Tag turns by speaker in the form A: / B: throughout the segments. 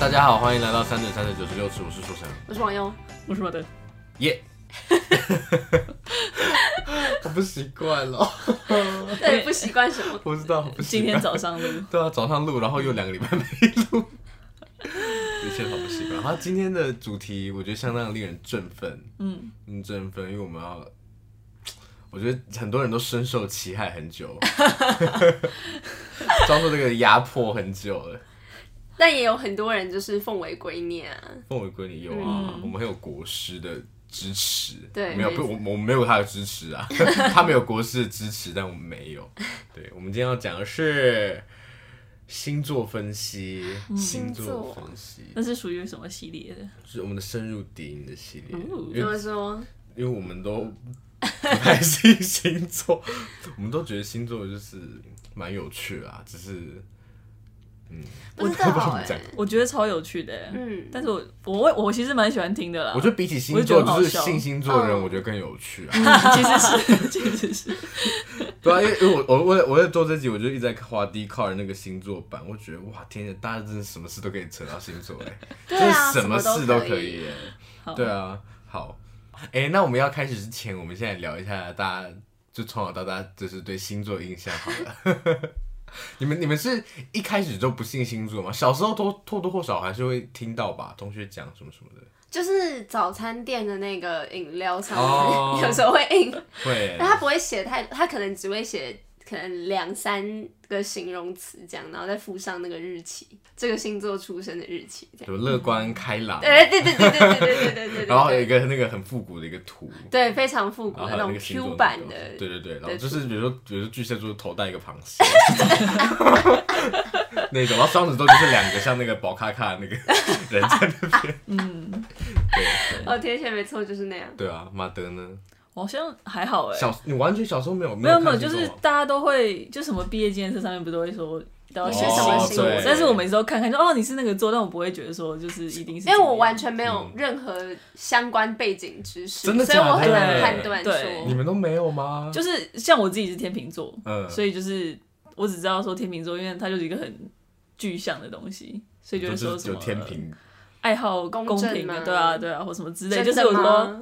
A: 大家好，欢迎来到三点三点九十六尺，我是舒晨。
B: 我是王 优，
C: 我说的，
A: 耶、 我不习惯了，
B: 对，不习惯什么？
A: 不知道，我不习
C: 今
A: 惯
C: 天早上 录，
A: 对啊，早上录，然后又两个礼拜没录，的确好不习惯。好，今天的主题我觉得相当令人振奋，
C: 嗯，
A: 嗯，振奋，因为我们要，我觉得很多人都深受其害很 久，遭受这个压迫很久了。
B: 但也有很多人就是奉为圭臬啊，
A: 凤尾龟你有啊，
C: 嗯
A: 我们还有国师的支持，
B: 对
A: 没有
B: 没
A: 不，
B: 错
A: 我我们没有他的支持啊， 他们有国师的支持，但我们没有。对，我们今天要讲的是星座分析，
C: 嗯
A: 星座
B: 座
A: 分析
C: 那是属于什么系列的？
A: 是我们的深入敌营的系列，
C: 哦
A: 因
B: 怎么
A: 为
B: 说？
A: 因为我们都不太信星座， 我们都觉得星座就是蛮有趣啦，只是嗯，
B: 不
A: 我
B: 知
A: 不知道
B: 道
A: 怎
B: 哎、
A: 么讲。
C: 我觉得超有趣的，欸
B: 嗯，
C: 但是我我我其实蛮喜欢听的啦。
A: 我觉得比起星
C: 哦我就觉
A: 座，
C: 得很好
A: 就是
C: 笑
A: 信星座的人，
B: 嗯
A: 我觉得更有趣啊。
C: 得其实是，其实是，
A: 对啊，因为因为我我我在我在做这集，我就一直在滑 d c a r 那个星座版，我觉得哇天呐，大家真的什么事都可以扯到星座哎、
B: 对
A: 真
B: 啊，
A: 的什么事都
B: 可
A: 以耶、
C: 好
A: 对啊，好，哎、那我们要开始之前，我们现在聊一下大家就从小到大就是对星座的印象好了。 你们你们是一开始就不信星座吗？小时候多或多或少还是会听到吧，同学讲什么什么的。
B: 就是早餐店的那个饮料上
A: 哦
B: 面 有时候会印，
A: 会
B: 但他不会写太，他可能只会写可能两三个形容词这样，然后再附上那个日期，这个星座出生的日期这样。
A: 有乐观开朗，
B: 对对对对对对对对对对对。
A: 嗯然后有一个那个很复古的一个图，
B: 对非常复古
A: 然后
B: 的
A: 还有
B: 那
A: 那
B: 种
A: 个星座
B: Q
A: 那
B: 版
A: 个
B: 的，
A: 对对对，然后
B: 的
A: 就是比如说，比如说巨蟹座头戴一个螃蟹，那种，然后双子座就是两个像那个宝咖咖那个人在 那边，嗯，
B: 哦，天蝎没错，就是那样。
A: 对对啊，马德呢？
C: 我好像还好哎，
A: 小你完全小时候没有
C: 没有没有，
A: 看
C: 就
A: 星
C: 是
A: 座吗
C: 大家都会，就什么毕业纪念册上面不都会说都要写
B: 哦
C: 什么星座
B: 对，
C: 但是我每次都看看说哦你是那个座，但我不会觉得说就是一定是
B: 因为我完
C: 全
B: 全没有任何相关背景知识，
A: 真的
B: 所以我很
A: 假的
B: 难判断
C: 对
A: 你
B: 说。
A: 们都没有吗？
C: 就是像我自己是天秤座，
A: 嗯，
C: 所以就是我只知道说天秤座，因为它就是一个很具象的东西，所以就会
A: 就
C: 说
A: 是
C: 什
A: 有
C: 么
A: 天平，
C: 爱好
B: 公
C: 公
B: 正
C: 平
B: 吗
C: 的，对啊对啊，或什么之类，
B: 真
C: 就是
B: 的
C: 有说，
B: 吗？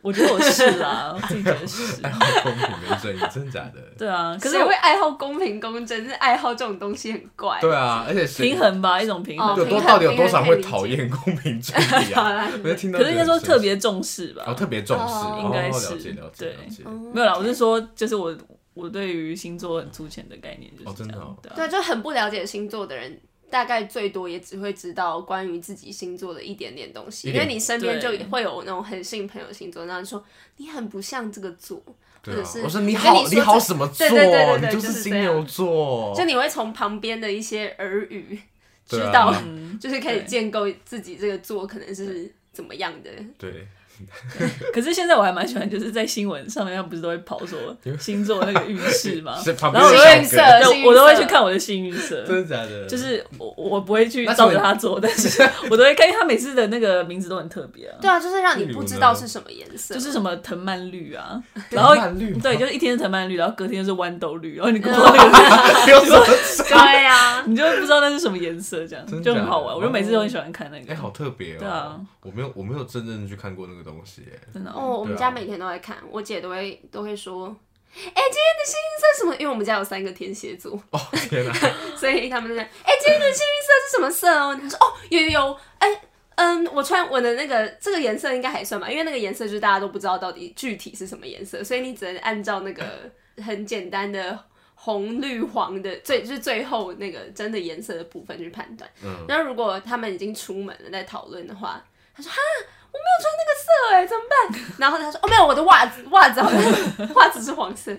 C: 我觉得我是 啦，我自己觉得是，
A: 爱好公平跟正义，真的假的？
C: 对啊，可
B: 可
C: 是
B: 是
C: 我
B: 会爱好公平公正，是爱好这种东西很怪。
A: 对啊，而且谁
C: 平，衡吧，一种平
B: 哦
A: 有
C: 衡，
B: 平
A: 多
B: 衡
A: 到底有多少
B: 平衡可
A: 会
B: 以理解
A: 讨厌公平正义
B: 好
A: 啊？
B: 啦，
A: 我就听到
C: 可
A: 觉得
C: 是
A: 很
C: 应该说
A: 生气
C: 特别重视
A: 哦，
C: 吧，
A: 特别重视，
B: 哦
C: 应该
A: 哦
C: 是
A: 了解了解
C: 对哦
A: 了解。
B: 嗯
C: 没有啦，我是说就是我我对于星座很粗浅的概念就
A: 哦
C: 是
A: 真
C: 这
A: 的
C: 样
A: 哦，
C: 对啊，
B: 对，就很不了解星座的人。大概最多也只会知道关于自己星座的一点点东西，
A: 一
B: 因
A: 点
B: 为你身边就
C: 对
B: 会有那种很信朋友星座，然后说你很不像这个座，
A: 对
B: 或
A: 啊
B: 者是，
A: 我说你
B: 跟
A: 好，
B: 你说
A: 你好什么座？
B: 对对对对对
A: 你就
B: 就是是
A: 金
B: 这样
A: 牛座，
B: 就你会从旁边的一些耳语知
A: 对啊
B: 道，
C: 嗯，
B: 就是可以
C: 对
B: 建构自己这个座可能是怎么样的
A: 对，，
C: 可是现在我还蛮喜欢，就是在新闻上面，他不是都会跑说星座那个运势嘛
A: 是旁边
C: 然后
A: 有
C: 我都
A: 小
C: 会
A: 哥
B: 幸运色
C: 对我都会去看我的幸运色，
A: 真的假的？
C: 就是我我不会去
A: 那请
C: 照
A: 问
C: 着他做，但 是我都会看，因为他每次的那个名字都很特别啊，
B: 对啊，就是让
A: 例
B: 你
A: 如
B: 不知
A: 呢
B: 道是什么颜色，
C: 就是什么藤蔓绿啊，
A: 藤
C: 然后
A: 蔓绿吗
C: 对，就是一天是藤蔓绿，然后隔天就是豌豆绿，然后你过那个绿，
A: 有 什么？
B: 对呀、
C: 你就会不知道那是什么颜色，这
A: 真
C: 样
A: 假
C: 就
A: 的
C: 很好玩。我就每次都很喜欢看那
A: 哎，
C: 个，
A: 好特别哦。
C: 对啊，
A: 我没有，我没有真正去看过那个东西耶。
C: 真的哦。
B: 哦，我们
A: 对啊
B: 家每天都在看，我姐都会都会说，哎、今天的幸运色是什么？因为我们家有三个天蝎座，
A: 哦天哪，
B: 所以他们就在，哎、今天的幸运色是什么色哦？他说，哦，有有有，哎、嗯，我穿我的那个这个颜色应该还算吧，因为那个颜色就是大家都不知道到底具体是什么颜色，所以你只能按照那个很简单的红绿黄的最就是最后那个真的颜色的部分去判断。
A: 嗯，
B: 那如果他们已经出门了在讨论的话，他说哈。我没有穿那个色哎、怎么办？ 然后他说哦没有，我的袜子袜子好像 袜子是黄 色，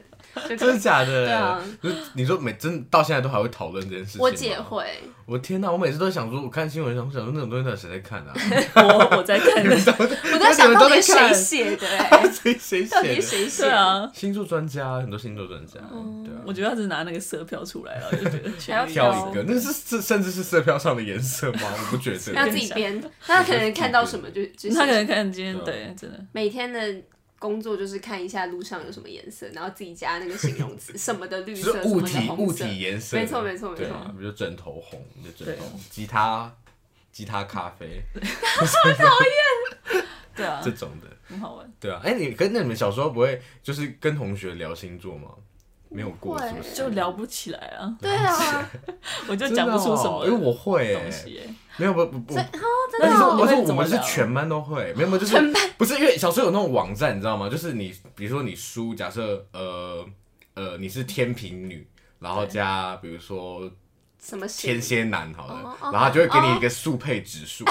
B: 就这
A: 真
B: 样
A: 的假的？
B: 对啊
A: 就是你说每真到现在都还会讨论这件事情吗。
B: 我姐会，
A: 我天哪！我每次都想说，我看新闻，想想说那种东西到底谁在看 啊？
B: 哦
C: 我我在 看，
B: 我在想到底是
A: 你们都在
B: 谁
A: 看
B: 写的哎、
A: 谁谁
B: 到
A: 写的？
B: 底是谁写哦
C: 对
B: 的？
C: 啊，
A: 星座专家，很多星座专家，对啊。
C: 我觉得他只是拿那个色票出来了，我就觉得
B: 还要
C: 全
B: 挑
A: 挑一个，那是是甚至是色票上的颜色吗？我不觉得。
B: 要自己编，他可能看到什 么就就
C: 他可
B: 是
C: 能看今天
A: 对啊
C: 对，真的
B: 每天的工作就是看一下路上有什么颜色，然后自己加那个形容词，什么的绿
A: 就是
B: 色，什么
A: 物
B: 的
A: 体
B: 红
A: 物
B: 色，
A: 体颜色，
B: 没错没错没错
A: 对啊比如枕头红，就枕头
C: 对
A: 吉他吉他咖啡
C: 对啊
A: 这，种的，
C: 很好玩。
A: 对啊。哎、你跟那你们小时候不会就是跟同学聊星座吗？没有过是不是？
B: 不会
C: 就聊不起来啊，
B: 对 啊，
C: 我就
A: 真的
C: 讲
A: 哦
C: 不出什么
A: 因为我会、
C: 东
A: 欸，
C: 西耶。
A: 没有不不不，
B: 真
A: 那
B: 的
A: 你说，
B: 哦
A: 我说
C: 你会
A: 我
C: 怎么
A: 们是
C: 聊
A: 全班都会，没有没有，就是
B: 全班
A: 不是因为小时候有那种网站，你知道吗？就是你比如说你输，假设呃呃你是天平女，然后加比如说
B: 什么
A: 天
B: 星？
A: 蝎男好了
B: 哦，哦
A: 然后他就会给你一个速配指数，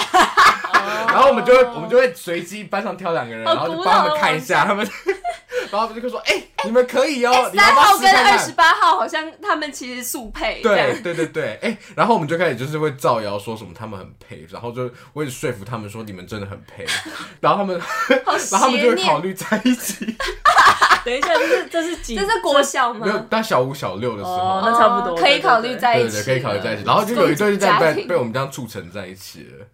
A: 然哎后我们就会我们就会随机班上挑两个人，
B: 哎
C: 好
A: 然后就
C: 古
A: 帮他
C: 老
A: 们
C: 的
A: 看一下他们， 然后他们就会说哎你们可以哦，你们要
B: 哎三
A: 不要
B: 号
A: 试
B: 跟
A: 看
B: 二
A: 看
B: 十？八号好像他们其实速配，这样
A: 对对对对，哎、然后我们就开始就是会造谣说什么他们很配，然后就我也说服他们说你们真的很 配，然后他们
B: 好
A: 然后他们就
B: 邪
A: 会考
B: 念。
A: 虑在一起。
C: 哦等一下，这是这是几？
B: 这是国小
A: 没有
B: 吗？，
A: 当小五小六的时
C: 哦那
A: 候，
C: 差不多
B: 可以
C: 对对
B: 考虑在
A: 对
B: 一
A: 对对，
B: 起，
A: 可以考虑在一起。然后就有一对就这样
B: 家
A: 被
B: 庭
A: 被我们这样促成在一起了，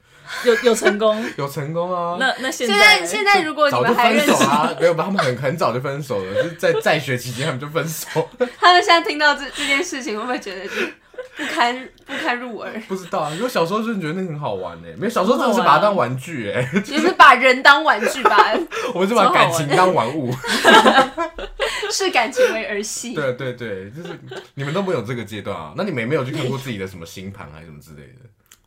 C: 有有成功？
A: 有成功啊。
C: 那那现
B: 哦现在
C: 呢
B: 现在如果你
A: 早
B: 们
A: 就
B: 还
A: 分
B: 认识
A: 手，啦、没有吧？他们很很早就分手了，就是在在学期间他们就分手，
B: 他们现在听到这这件事情，会不会觉得就是不堪不堪入耳？
A: 不知道啊。因为小时候真的觉得那个很好玩呢、没有小时候真的是把它当玩具哎、
B: 你是把人当玩具吧，
A: 我们是把感情当玩物。
B: 哦 视感情为儿戏。
A: 对对对，就是你们都没有这个阶段啊，那你们也没有去看过自己的什么星盘还是什么之类的，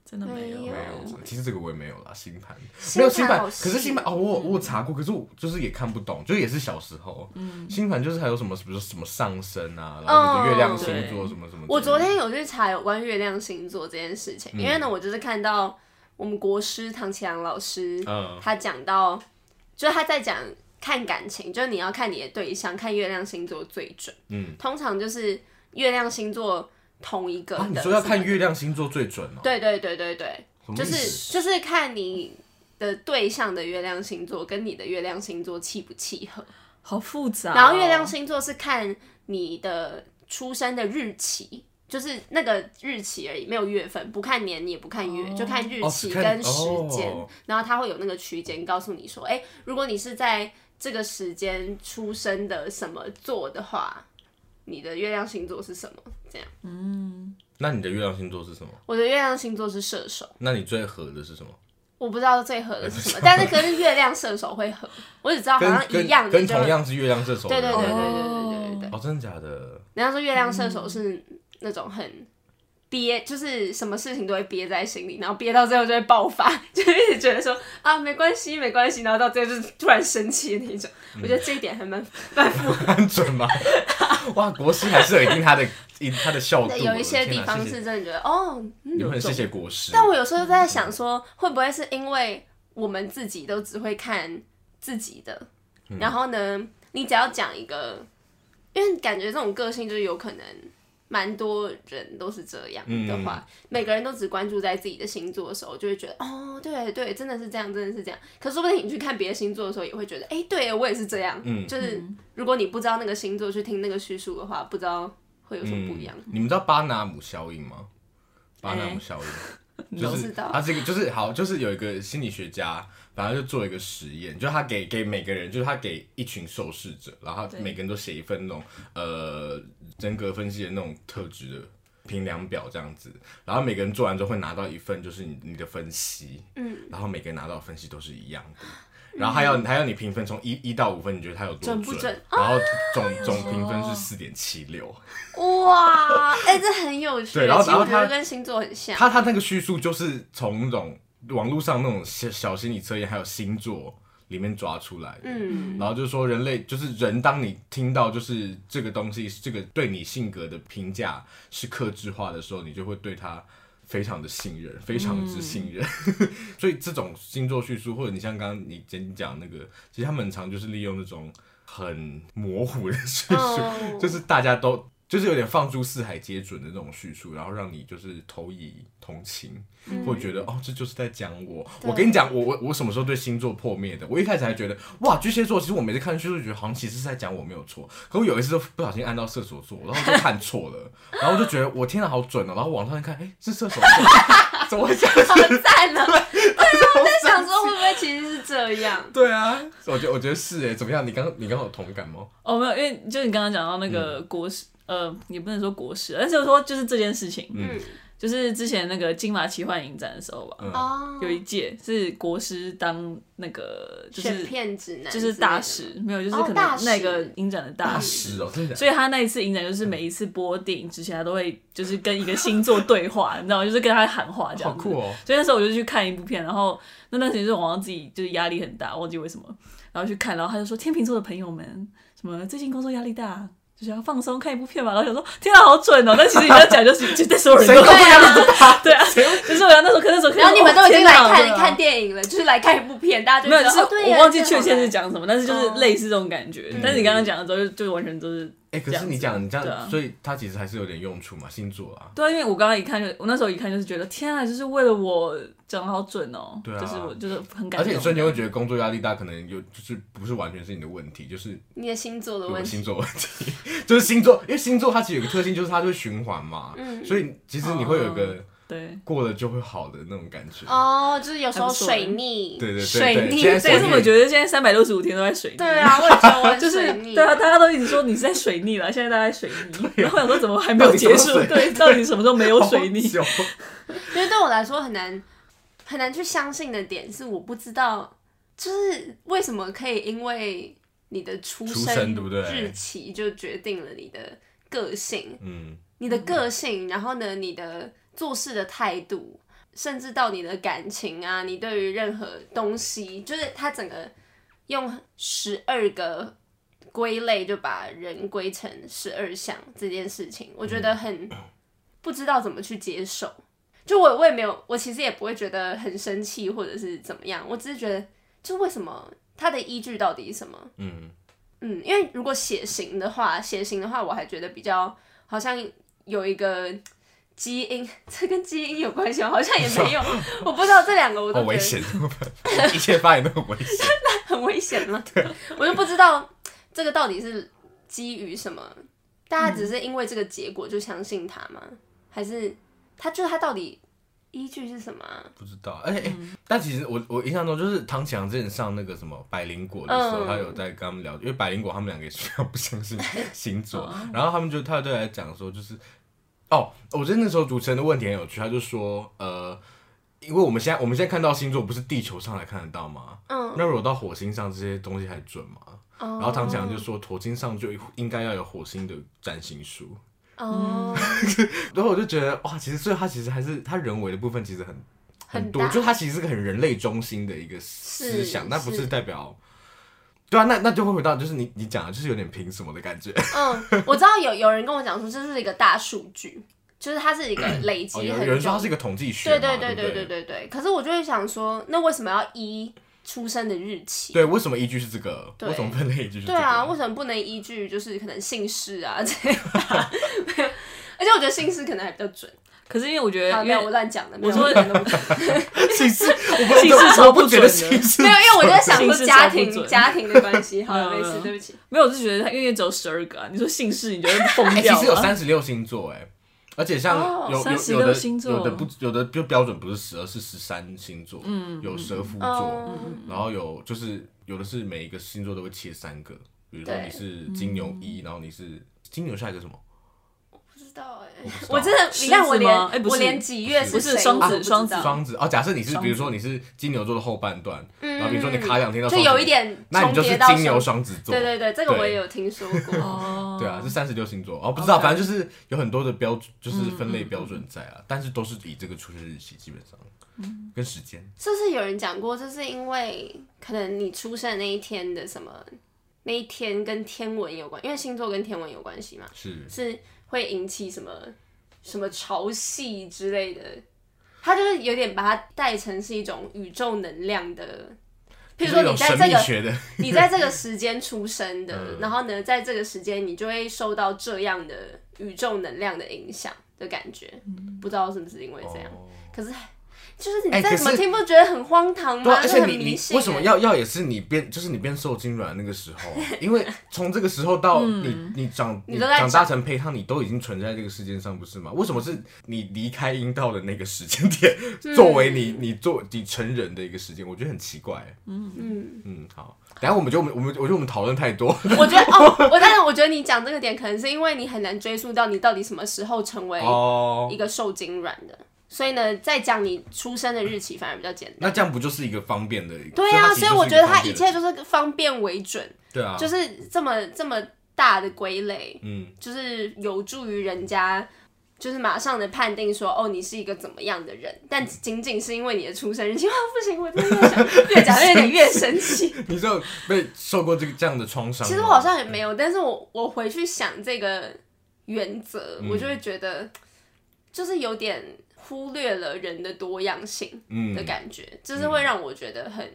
C: 真的没有
B: 没
A: 没
B: 有
A: 有。其实这个我也没有啦，星盘
B: 星
A: 没
B: 盘
A: 有星盘，
B: 好
A: 可是星盘哦，我有我有查过，可是我就是也看不懂，就是也是小时候，
B: 嗯
A: 星盘就是还有什么，比如说什么上升啊，然后你的月亮星座什么什么之类的。
B: 我昨天有去查有关月亮星座这件事情，
A: 嗯
B: 因为呢，我就是看到我们国师唐启阳老师，
A: 嗯
B: 他讲到，就是他在讲看感情，就是你要看你的对象，看月亮星座最准。
A: 嗯，
B: 通常就是月亮星座同一个的、
A: 啊，你说要看？月亮星座最准哦，
B: 对对对对对，
A: 什么
B: 就
A: 意
B: 是
A: 思？
B: 就是看你的对象的月亮星座跟你的月亮星座契不契合。
C: 好复杂哦。
B: 然后月亮星座是看你的出生的日期，就是那个日期而已，没有月份，不看年也不看月，就看日
A: 哦
B: 期
A: 只看
B: 跟时间。
A: 哦
B: 然后它会有那个区间告诉你说，哎、如果你是在这个时间出生的什么座的话，你的月亮星座是什么？这样，
A: 那你的月亮星座是什么？
B: 我的月亮星座是射手。
A: 那你最合的是什么？
B: 我不知道最合的是什 么，但是可是月亮射手会合，我只知道好像
A: 跟
B: 啊一样
A: 跟
B: 的
A: 跟
B: 就
A: 同样是月亮射手
B: 对
A: 的
B: 对
A: 人，
B: 对对对
A: 哦
B: 对对对对。
A: 哦，真的假的？
B: 人家说月亮射手是那种很憋，就是什么事情都会憋在心里，然后憋到最后就会爆发， 就一直觉得说啊没关系没关系，然后到最后就是突然生气的那种。我觉得这一点还蛮蛮符合
A: 很准吗？哇，国师还是有一定他的一他的效度
B: 的，
A: 哦，
B: 有一些
A: 天
B: 地
A: 哪
B: 方
A: 谢谢
B: 是真的觉得哦，嗯
A: 你们很谢谢国师，
B: 但我有时候在想说，会不会是因为我们自己都只会看自己的，
A: 嗯
B: 然后呢，你只要讲一个，因为感觉这种个性就是有可能蛮多人都是这样
A: 嗯
B: 的话，每个人都只关注在自己的星座的时候，就会觉得哦，对对，真的是这样，真的是这样。可说不定你去看别的星座的时候，也会觉得，哎，对我也是这样。
A: 嗯
B: 就是如果你不知道那个星座去听那个叙述的话，不知道会有什么不一样。
A: 嗯你们知道巴纳姆效应吗？巴纳姆
C: 哎
A: 效应。
B: 我
A: 就
B: 知
A: 是
B: 道
A: 他这个就是好，就是有一个心理学家，反正就做一个实验，就他给给每个人，就是他给一群受试者，然后他每个人都写一份那种呃人格分析的那种特质的评量表这样子，然后每个人做完之后会拿到一份就是你你的分析，嗯，然后每个人拿到的分析都是一样的。然后还要还要你评分，从一一到五分，你觉得他有多
B: 嗯准不准哦
A: 然后总总评分是四点七六，
B: 哇，哎、这很有趣。
A: 对然后
B: 其实我觉
A: 然
B: 得
A: 后他
B: 跟星座很像。
A: 他他那个叙述就是从那种网络上那种小小心理测验还有星座里面抓出来的。
B: 嗯，
A: 然后就是说，人类就是人，当你听到就是这个东西，这个对你性格的评价是克制化的时候，你就会对他非常的信任，非常之信任。 所以这种星座叙述，或者你像刚刚你你讲那个，其实他们很常就是利用那种很模糊的叙述，
B: 哦
A: 就是大家都就是有点放诸四海皆准的那种叙述，然后让你就是投以同情，
B: 嗯
C: 嗯
A: 或觉得哦，这就是在讲我。
B: 对
A: 我跟你讲，我我我什么时候对星座破灭的？我一开始还觉得哇，巨蟹座，其实我每次看叙述觉得好像其实是在讲我没有错，可我有一次就不小心按到射手座，然后就看错了，然后就觉得我天哪，好准哦、然后网上一看，哎、是射手座， 怎么会这样？
B: 好赞呢！对 啊，我在想说会不会其实是这样？
A: 对啊，我觉得我觉得是哎、怎么样？你刚你刚有同感吗？
C: 哦，没有，因
A: 嗯
C: 为就你刚刚讲到那个国师，呃，也不能说国师，但是我说就是这件事情，
B: 嗯，
C: 就是之前那个金马奇幻影展的时候吧，
A: 嗯
B: 哦，
C: 有一届是国师当那个就
B: 选
C: 是
B: 片指南
C: 就是大使，没有就是
B: 哦
C: 可
B: 大
C: 能
B: 使
C: 那个影展的大
A: 大
C: 使。
A: 师哦，真的假的
C: 嗯所以他那一次影展就是每一次播电影之前，他都会就是跟一个星座对话，你知道吗？就是跟他喊话这样
A: 好
C: 子。
A: 酷哦！
C: 所以那时候我就去看一部片，然后那段时间就是我好像自己就是压力很大，忘记为什么，然后去看，然后他就说天秤座的朋友们，什么最近工作压力大，就是要放松看一部片吧。然后想说天啊，好准哦！但其实你要讲就是 就在所有人
A: 谁
C: 都
A: 都不要知道，
C: 对啊，就是我要那时候看那时候看，
B: 然后你们都已经来
C: 哦天
B: 看
C: 哪
B: 看电影了，就是来看一部片，大家就
C: 没有，就
B: 觉
C: 是
B: 得哦对耶
C: 我忘记
B: 这
C: 确
B: 好哦
C: 切
B: 看
C: 是讲什么，但是就是类似这种感觉。
A: 嗯
C: 但是你刚刚讲的时候，就就完全都是
A: 哎，可是你讲你这
C: 对啊
A: 样，所以它其实还是有点用处嘛，星座啊，
C: 对啊，因为我刚刚一看就，我那时候一看就是觉得天啊，就是为了我讲的好准哦，
A: 对啊
C: 就是我就是很感
A: 而
C: 动，
A: 且你瞬间会觉得工作压力大，可能有就是不是完全是你的问题，就是
B: 你的星座的
A: 有
B: 问
A: 个
B: 题。
A: 星座问题， 就是星座，因为星座它其实有个特性，就是它就会循环嘛，
B: 嗯
A: 所以其实你会有一个
C: 对。
A: 过了就会好的那种感觉。
B: 哦，就是有时候
C: 还不错
B: 水逆，
A: 对对对
B: 水
A: 对
B: 逆，
A: 现在
B: 这
A: 水
C: 但
B: 个
C: 是
A: 逆
B: 是
C: 我觉得现在三百六十五天都在水逆，
B: 对啊，我也觉得我很
C: 就是
B: 水逆
C: 对啊，大家都一直说你是在水逆了，现在大家在水 逆，然后我想说怎么还没有结束？
A: 啊到底什么水
C: 对，到底什么时候没有 水逆？
A: 好久
B: 因为对我来说很难很难去相信的点是，我不知道，就是为什么可以因为你的出
A: 出生对不对
B: 日期就决定了你的个性，
A: 嗯，
B: 你的个性，然后呢，你的做事的态度，甚至到你的感情啊，你对于任何东西，就是它整个用十二个归类就把人归成十二项这件事情，我觉得很不知道怎么去接受。就我我也没有，我其实也不会觉得很生气或者是怎么样，我只是觉得，就为什么它的依据到底是什么？
A: 嗯，
B: 嗯，因为如果血型的话，血型的话，我还觉得比较好像有一个基因，这跟基因有关系吗？好像也 没有，我不知道这两个我都
A: 好
B: 觉
A: 危
B: 得
A: 险，一切发言都 很危险。
B: 很危险了。我就不知道这个到底是基于什么，大家只是因为这个结果就相信他吗？还是他就是他到底依据是什么啊？
A: 不知道，哎、哎但其实我我印象中就是唐启阳之前上那个什么百灵果的时候，
B: 嗯
A: 他有在跟他们聊，因为百灵果他们两个也非常不相 信星
B: 哦
A: 座，然后他们就他就来讲说，就是哦，我觉得那时候主持人的问题很有趣，他就说呃，因为我们现在我们现在看到星座不是地球上才看得到吗？
B: 嗯，哦
A: 那如果到火星上这些东西还准吗？
B: 然
A: 然后唐启阳就说火星上就应该要有火星的占星术，
B: 哦，
A: 然后我就觉得哇，其实所以他其实还是他人为的部分其实很很多，
B: 大
A: 就他其实是个很人类中心的一个思想，那不
B: 是
A: 是代表。对啊，那那就会回到就是你你讲的，就是有点凭什么的感觉。
B: 嗯，我知道有有人跟我讲说这是一个大数据，就是它是一个累
A: 哦、
B: 积
A: 有
B: 很久。
A: 有人说它是一个统计学嘛，
B: 对对对
A: 对
B: 对
A: 不
B: 对对对。可是我就会想说，那为什么要依出生的日期？
A: 对为什么依据是这个？
B: 对
A: 为什么分类依据是这
B: 对
A: 个？
B: 啊，为什么不能依据就是可能姓氏啊 这样？没有而且我觉得姓氏可能还比较准。
C: 可是因为我觉
B: 啊，
C: 得，
B: 没
C: 呃因
B: 有，
C: 为
B: 我乱讲的。
C: 我说
B: 没有没有 没有
A: 姓氏，我不
C: 姓氏超
A: 我
C: 不
A: 不觉得
C: 准的
A: 姓氏
B: 没有，因为我在想
C: 姓
B: 说
C: 氏
B: 家
C: 超不
B: 庭
C: 准嗯
B: 家庭的关系。好了，
C: 没有
B: 没
C: 没
B: 事，
C: 有
B: 对不起。
C: 没有，我是觉得他因为只有十二个啊，你说姓氏，你觉得疯
A: 哎、
C: 掉啊
A: 其实有
C: 了。
A: 三十六星座哎、而且像
B: 哦
A: 有、
C: 36
A: 有有的
C: 星座
A: 有的不有的就标准不是十二是十三星座，嗯，有蛇夫座，
B: 嗯
A: 然后有就是有的是每一个星座都会切三个，比如说
B: 对
A: 你是金牛
B: 嗯
A: 一，然后你是金牛下一个什么？
B: 不知道哎
A: 我不知，道
B: 我真的，你看我
C: 狮子
B: 连
C: 吗哎不是
B: 我连几月
A: 不
C: 是
B: 谁
C: 双
B: 我
C: 子
B: 都不知
C: 双子
B: 道
A: 双子哦，假设你是
C: 双子
A: 比如说你是金牛座的后半段，
B: 嗯
A: 然啊后比如说你卡两天到
B: 就
A: 双子
B: 有一点
A: 那
B: 重
A: 你就
B: 叠
A: 是
B: 到
A: 金牛
B: 双
A: 双子座，
B: 对对对，这个我也
A: 对
B: 有听说 过。
C: 哦
A: 对啊，是三十六星座哦，不知道，
C: OK
A: 反正就是有很多的标准，就是分类标准
B: 嗯
A: 在啊，但是都是以这个出生日期基本上，跟时间，
B: 是不是有人讲过，这是因为可能你出生的那一天的什么那一天跟天文有关，因为星座跟天文有关系嘛，
A: 是
B: 是会引起什么什么潮汐之类的。他就是有点把它带成是一种宇宙能量的，譬
A: 就
B: 如
A: 是
B: 说
A: 一
B: 你
A: 种
B: 在
A: 神
B: 这
A: 秘
B: 个
A: 学的，
B: 你在这个时间出生的，
A: 嗯
B: 然后呢，在这个时间你就会受到这样的啊宇宙能量的影响的感觉，不知道是不是因为这样。
A: 嗯哦
B: 可是就是你
A: 哎
B: 在
A: 可
B: 怎么
A: 是
B: 听不觉得很荒唐
A: 对
B: 吗？
A: 啊，而
B: 这
A: 且
B: 很
A: 你
B: 迷
A: 你
B: 信
A: 为什么
B: 哎
A: 要要也是你变就是你变受精卵那个时 候啊，因为从这个时候到你你长
B: 嗯你
A: 你
B: 都在
A: 长大
B: 长
A: 成胚胎，你都已经存在这个世界上，不是吗？为什么是你离开阴道的那个时间点，
B: 嗯
A: 作为你你做你成人的一个时间？我觉得很奇怪。欸
B: 嗯，
A: 嗯，好，等一下我们就我们我们我觉得我们讨论太多，
B: 我觉得哦，我但是我觉得你讲这个点，可能是因为你很难追溯到你到底什么时候成为
A: 哦
B: 一。个受精卵的，所以呢，再讲你出生的日期反而比较简单。
A: 那这样不就是一个方便的？
B: 对啊，
A: 所
B: 所
A: 以
B: 以
A: 它
B: 我
A: 其实
B: 觉得
A: 是个
B: 它
A: 方
B: 一
A: 便的
B: 切都是方便为准，
A: 对啊，
B: 就是这么这么大的归类，
A: 嗯，
B: 就是有助于人家。就是马上的判定说，哦，你是一个怎么样的人？但仅仅是因为你的出生日期，哇，不行，我真的越想越讲越有点越 生气。
A: 你是有被受过这个这样的创伤吗？
B: 其实我好像也没有，但是我我回去想这个原则，我就会觉得就是有点忽略了人的多样性
A: 嗯
B: 的感觉，这是会让我觉得很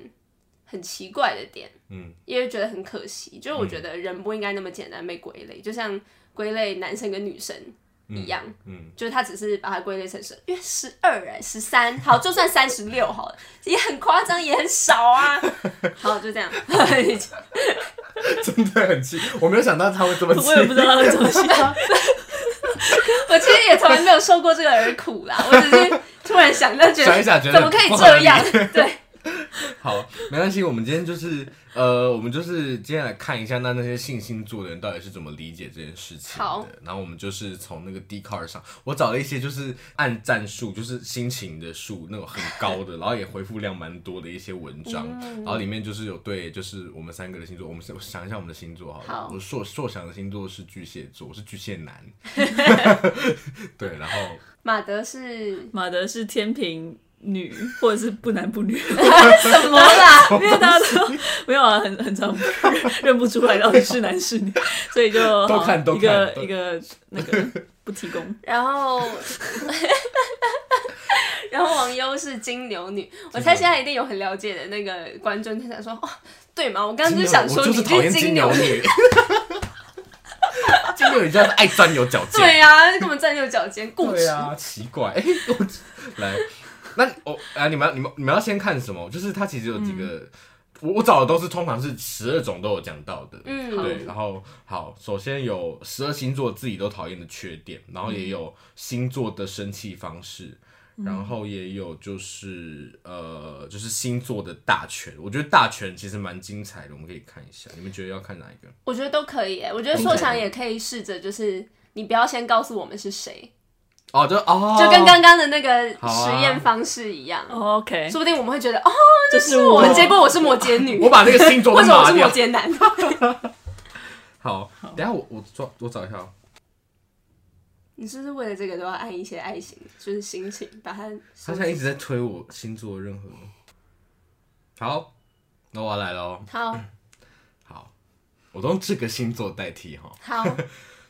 B: 很奇怪的点，
A: 嗯，
B: 因为觉得很可惜，就是我觉得人不应该那么简单被归类，就像归类男生跟女生。一样，
A: 嗯，
B: 就是他只是把它归类成是，因为十二哎，十三，好，就算三十六好了，也很夸张，也很少啊。好，就这样。
A: 真的很气，我没有想到他会这么气。
C: 我也不知道他会怎么想。
B: 我其实也从来没有受过这个而苦啦，我只是突然想到觉得，
A: 想一想觉得
B: 怎么可以这样？ 对，
A: 好，没关系，我们今天就是呃，我们就是今天来看一下那那些信星座的人到底是怎么理解这件事情
B: 好
A: 的。然后我们就是从那个 d c a r 上，我找了一些就是按赞数，就是心情的数那种很高 的，然后也回复量蛮多的一些文章，
C: 嗯
A: 然后里面就是有对就是我们三个的星座，我们我想一下我们的星座好了，
B: 好
A: 我硕硕想的星座是巨蟹座，我是巨蟹 男， 对，然后
B: 马德是
C: 马德是天平女，或者是不男不 女，
B: 什么啦？
C: 因为大家都没有啊，很很常认不出来到底是男是女，所以就
A: 都
C: 好
A: 看都
C: 一个
A: 看都
C: 一个那个不提 供。
B: 然后，然后王优是金牛女，我猜现在一定有很了解的那个观众，他想说哦，对嘛，我刚刚就想说
A: 我就
B: 你
A: 是讨厌
B: 金
A: 金牛
B: 女，
A: 女。 金牛女真的是爱钻牛角尖，
B: 对呀、啊，根本站右脚尖，固
A: 对
B: 执。
A: 啊，奇怪， 哎、我来，那我啊，你们要你们你们要先看什么？就是它其实有几个，
B: 嗯
A: 我我找的都是通常是十二种都有讲到的，
B: 嗯
A: 对。然后好，首先有十二星座自己都讨厌的缺点，然后也有星座的生气方式。然后也有就是呃，就是星座的大全，我觉得大全其实蛮精彩的，我们可以看一下。你们觉得要看哪一个？
B: 我觉得都可以、欸，我觉得硕强也可以试着，就是你不要先告诉我们是谁，
A: 哦，就哦，啊
B: 就跟刚刚的那个
A: 好啊
B: 实验方式一样。
C: OK，
B: 说不定我们会觉得哦，
C: 这是
B: 我
C: 我
B: 们结果我是摩羯女，
A: 哎我把那个星座
B: 为
A: 都
B: 什么我
A: 抹
B: 是摩
A: 掉。
B: 羯 男？
A: 好，等一下我我找我找一下哦。
B: 你是不是为了这个都要按一些爱心，就是心情把它
A: 他现在一直在推我星座任何。好，那我要来喽。
B: 好
A: 好，我都用这个星座代替哈。
B: 好，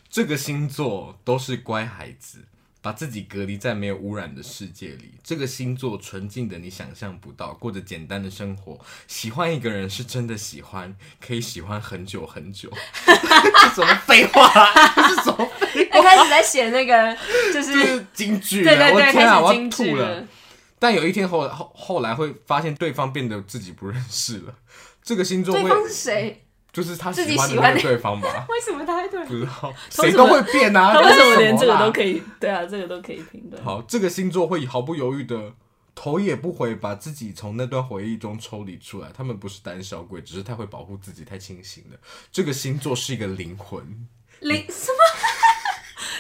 A: 这个星座都是乖孩子，把自己隔离在没有污染的世界里。这个星座纯净的你想象不到，过着简单的生活。喜欢一个人是真的喜欢，可以喜欢很久很久。这什么废话、啊？这是什么废？
B: 他哎开始在写那个， 就是
A: 这是京剧、啊。
B: 对对
A: 我
B: 对，
A: 天啊，
B: 开
A: 我要
B: 始精
A: 吐
B: 致
A: 了。。但有一天后后后来会发现对方变得自己不认识了，这个星座
B: 对
A: 会
B: 方是谁？
A: 就是他
B: 自
A: 喜
B: 己
A: 欢的
B: 喜欢
A: 那个
B: 的？
A: 对方吧
B: 为什么他会对？
A: 不知道，
C: 他为
A: 谁
C: 什
A: 都
C: 么
A: 会变啊！
C: 他为什
A: 么
C: 么连这个都可
A: 以？
C: 以？对啊，这个都可以 评论。
A: 好，这个星座会毫不犹豫的。头也不回，把自己从那段回忆中抽离出来。他们不是胆小鬼，只是太会保护自己，太清醒了。这个星座是一个灵魂，
B: 林什么？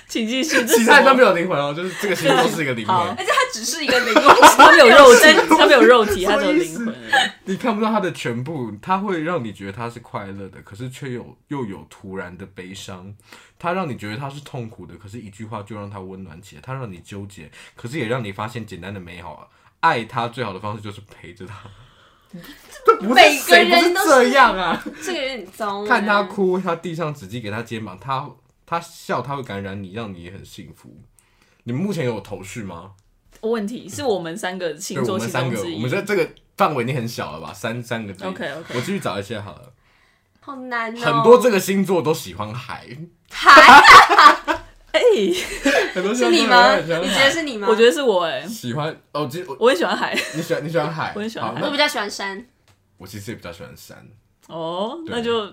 C: 请继续。这
A: 其
C: 是
A: 他都没
C: 有，
A: 有灵魂哦，就是这个星座是一个灵魂
C: 好。
B: 而且他只是一个灵魂，
C: 他没有肉体
B: 身，
C: 他没有 肉 体，
A: 什么
C: 他只有
A: 意思
C: 灵魂而已。
A: 你看不到他的全部，他会让你觉得他是快乐的，可是却有又有突然的悲伤。他让你觉得他是痛苦的，可是一句话就让他温暖起来。他让你纠结，可是也让你发现简单的美好。爱他最好的方式就是陪着他。这不是
B: 每个
A: 谁不
B: 人都
A: 是
B: 是
A: 这样啊！
B: 这个有点糟。欸
A: 看他，哭，他递上纸巾给他肩膀，他他笑，他会感染你，让你也很幸福。你们目前有头绪吗？
C: 问题是我们三个
A: 对，
C: 星
A: 我
C: 座
A: 们
C: 其
A: 三
C: 中
A: 个，
C: 之一
A: 我。们在这个范围已经很小了吧？三三个字
C: OK，OK
A: 我继续找一些好了。
B: 好难哦。
A: 很多这个星座都喜欢海，
B: 还
C: 哎、
A: 很 多
B: 是你吗？你觉得是你吗？
C: 我觉得是我哎、
A: 喜欢哦，其实我
C: 我也喜欢海。
A: 你喜欢你喜欢海，
C: 我很喜欢
A: 好
C: 海
A: 那
B: 我比较喜欢山，
A: 我其实也比较喜欢山，
C: 哦，
A: 对
C: 那就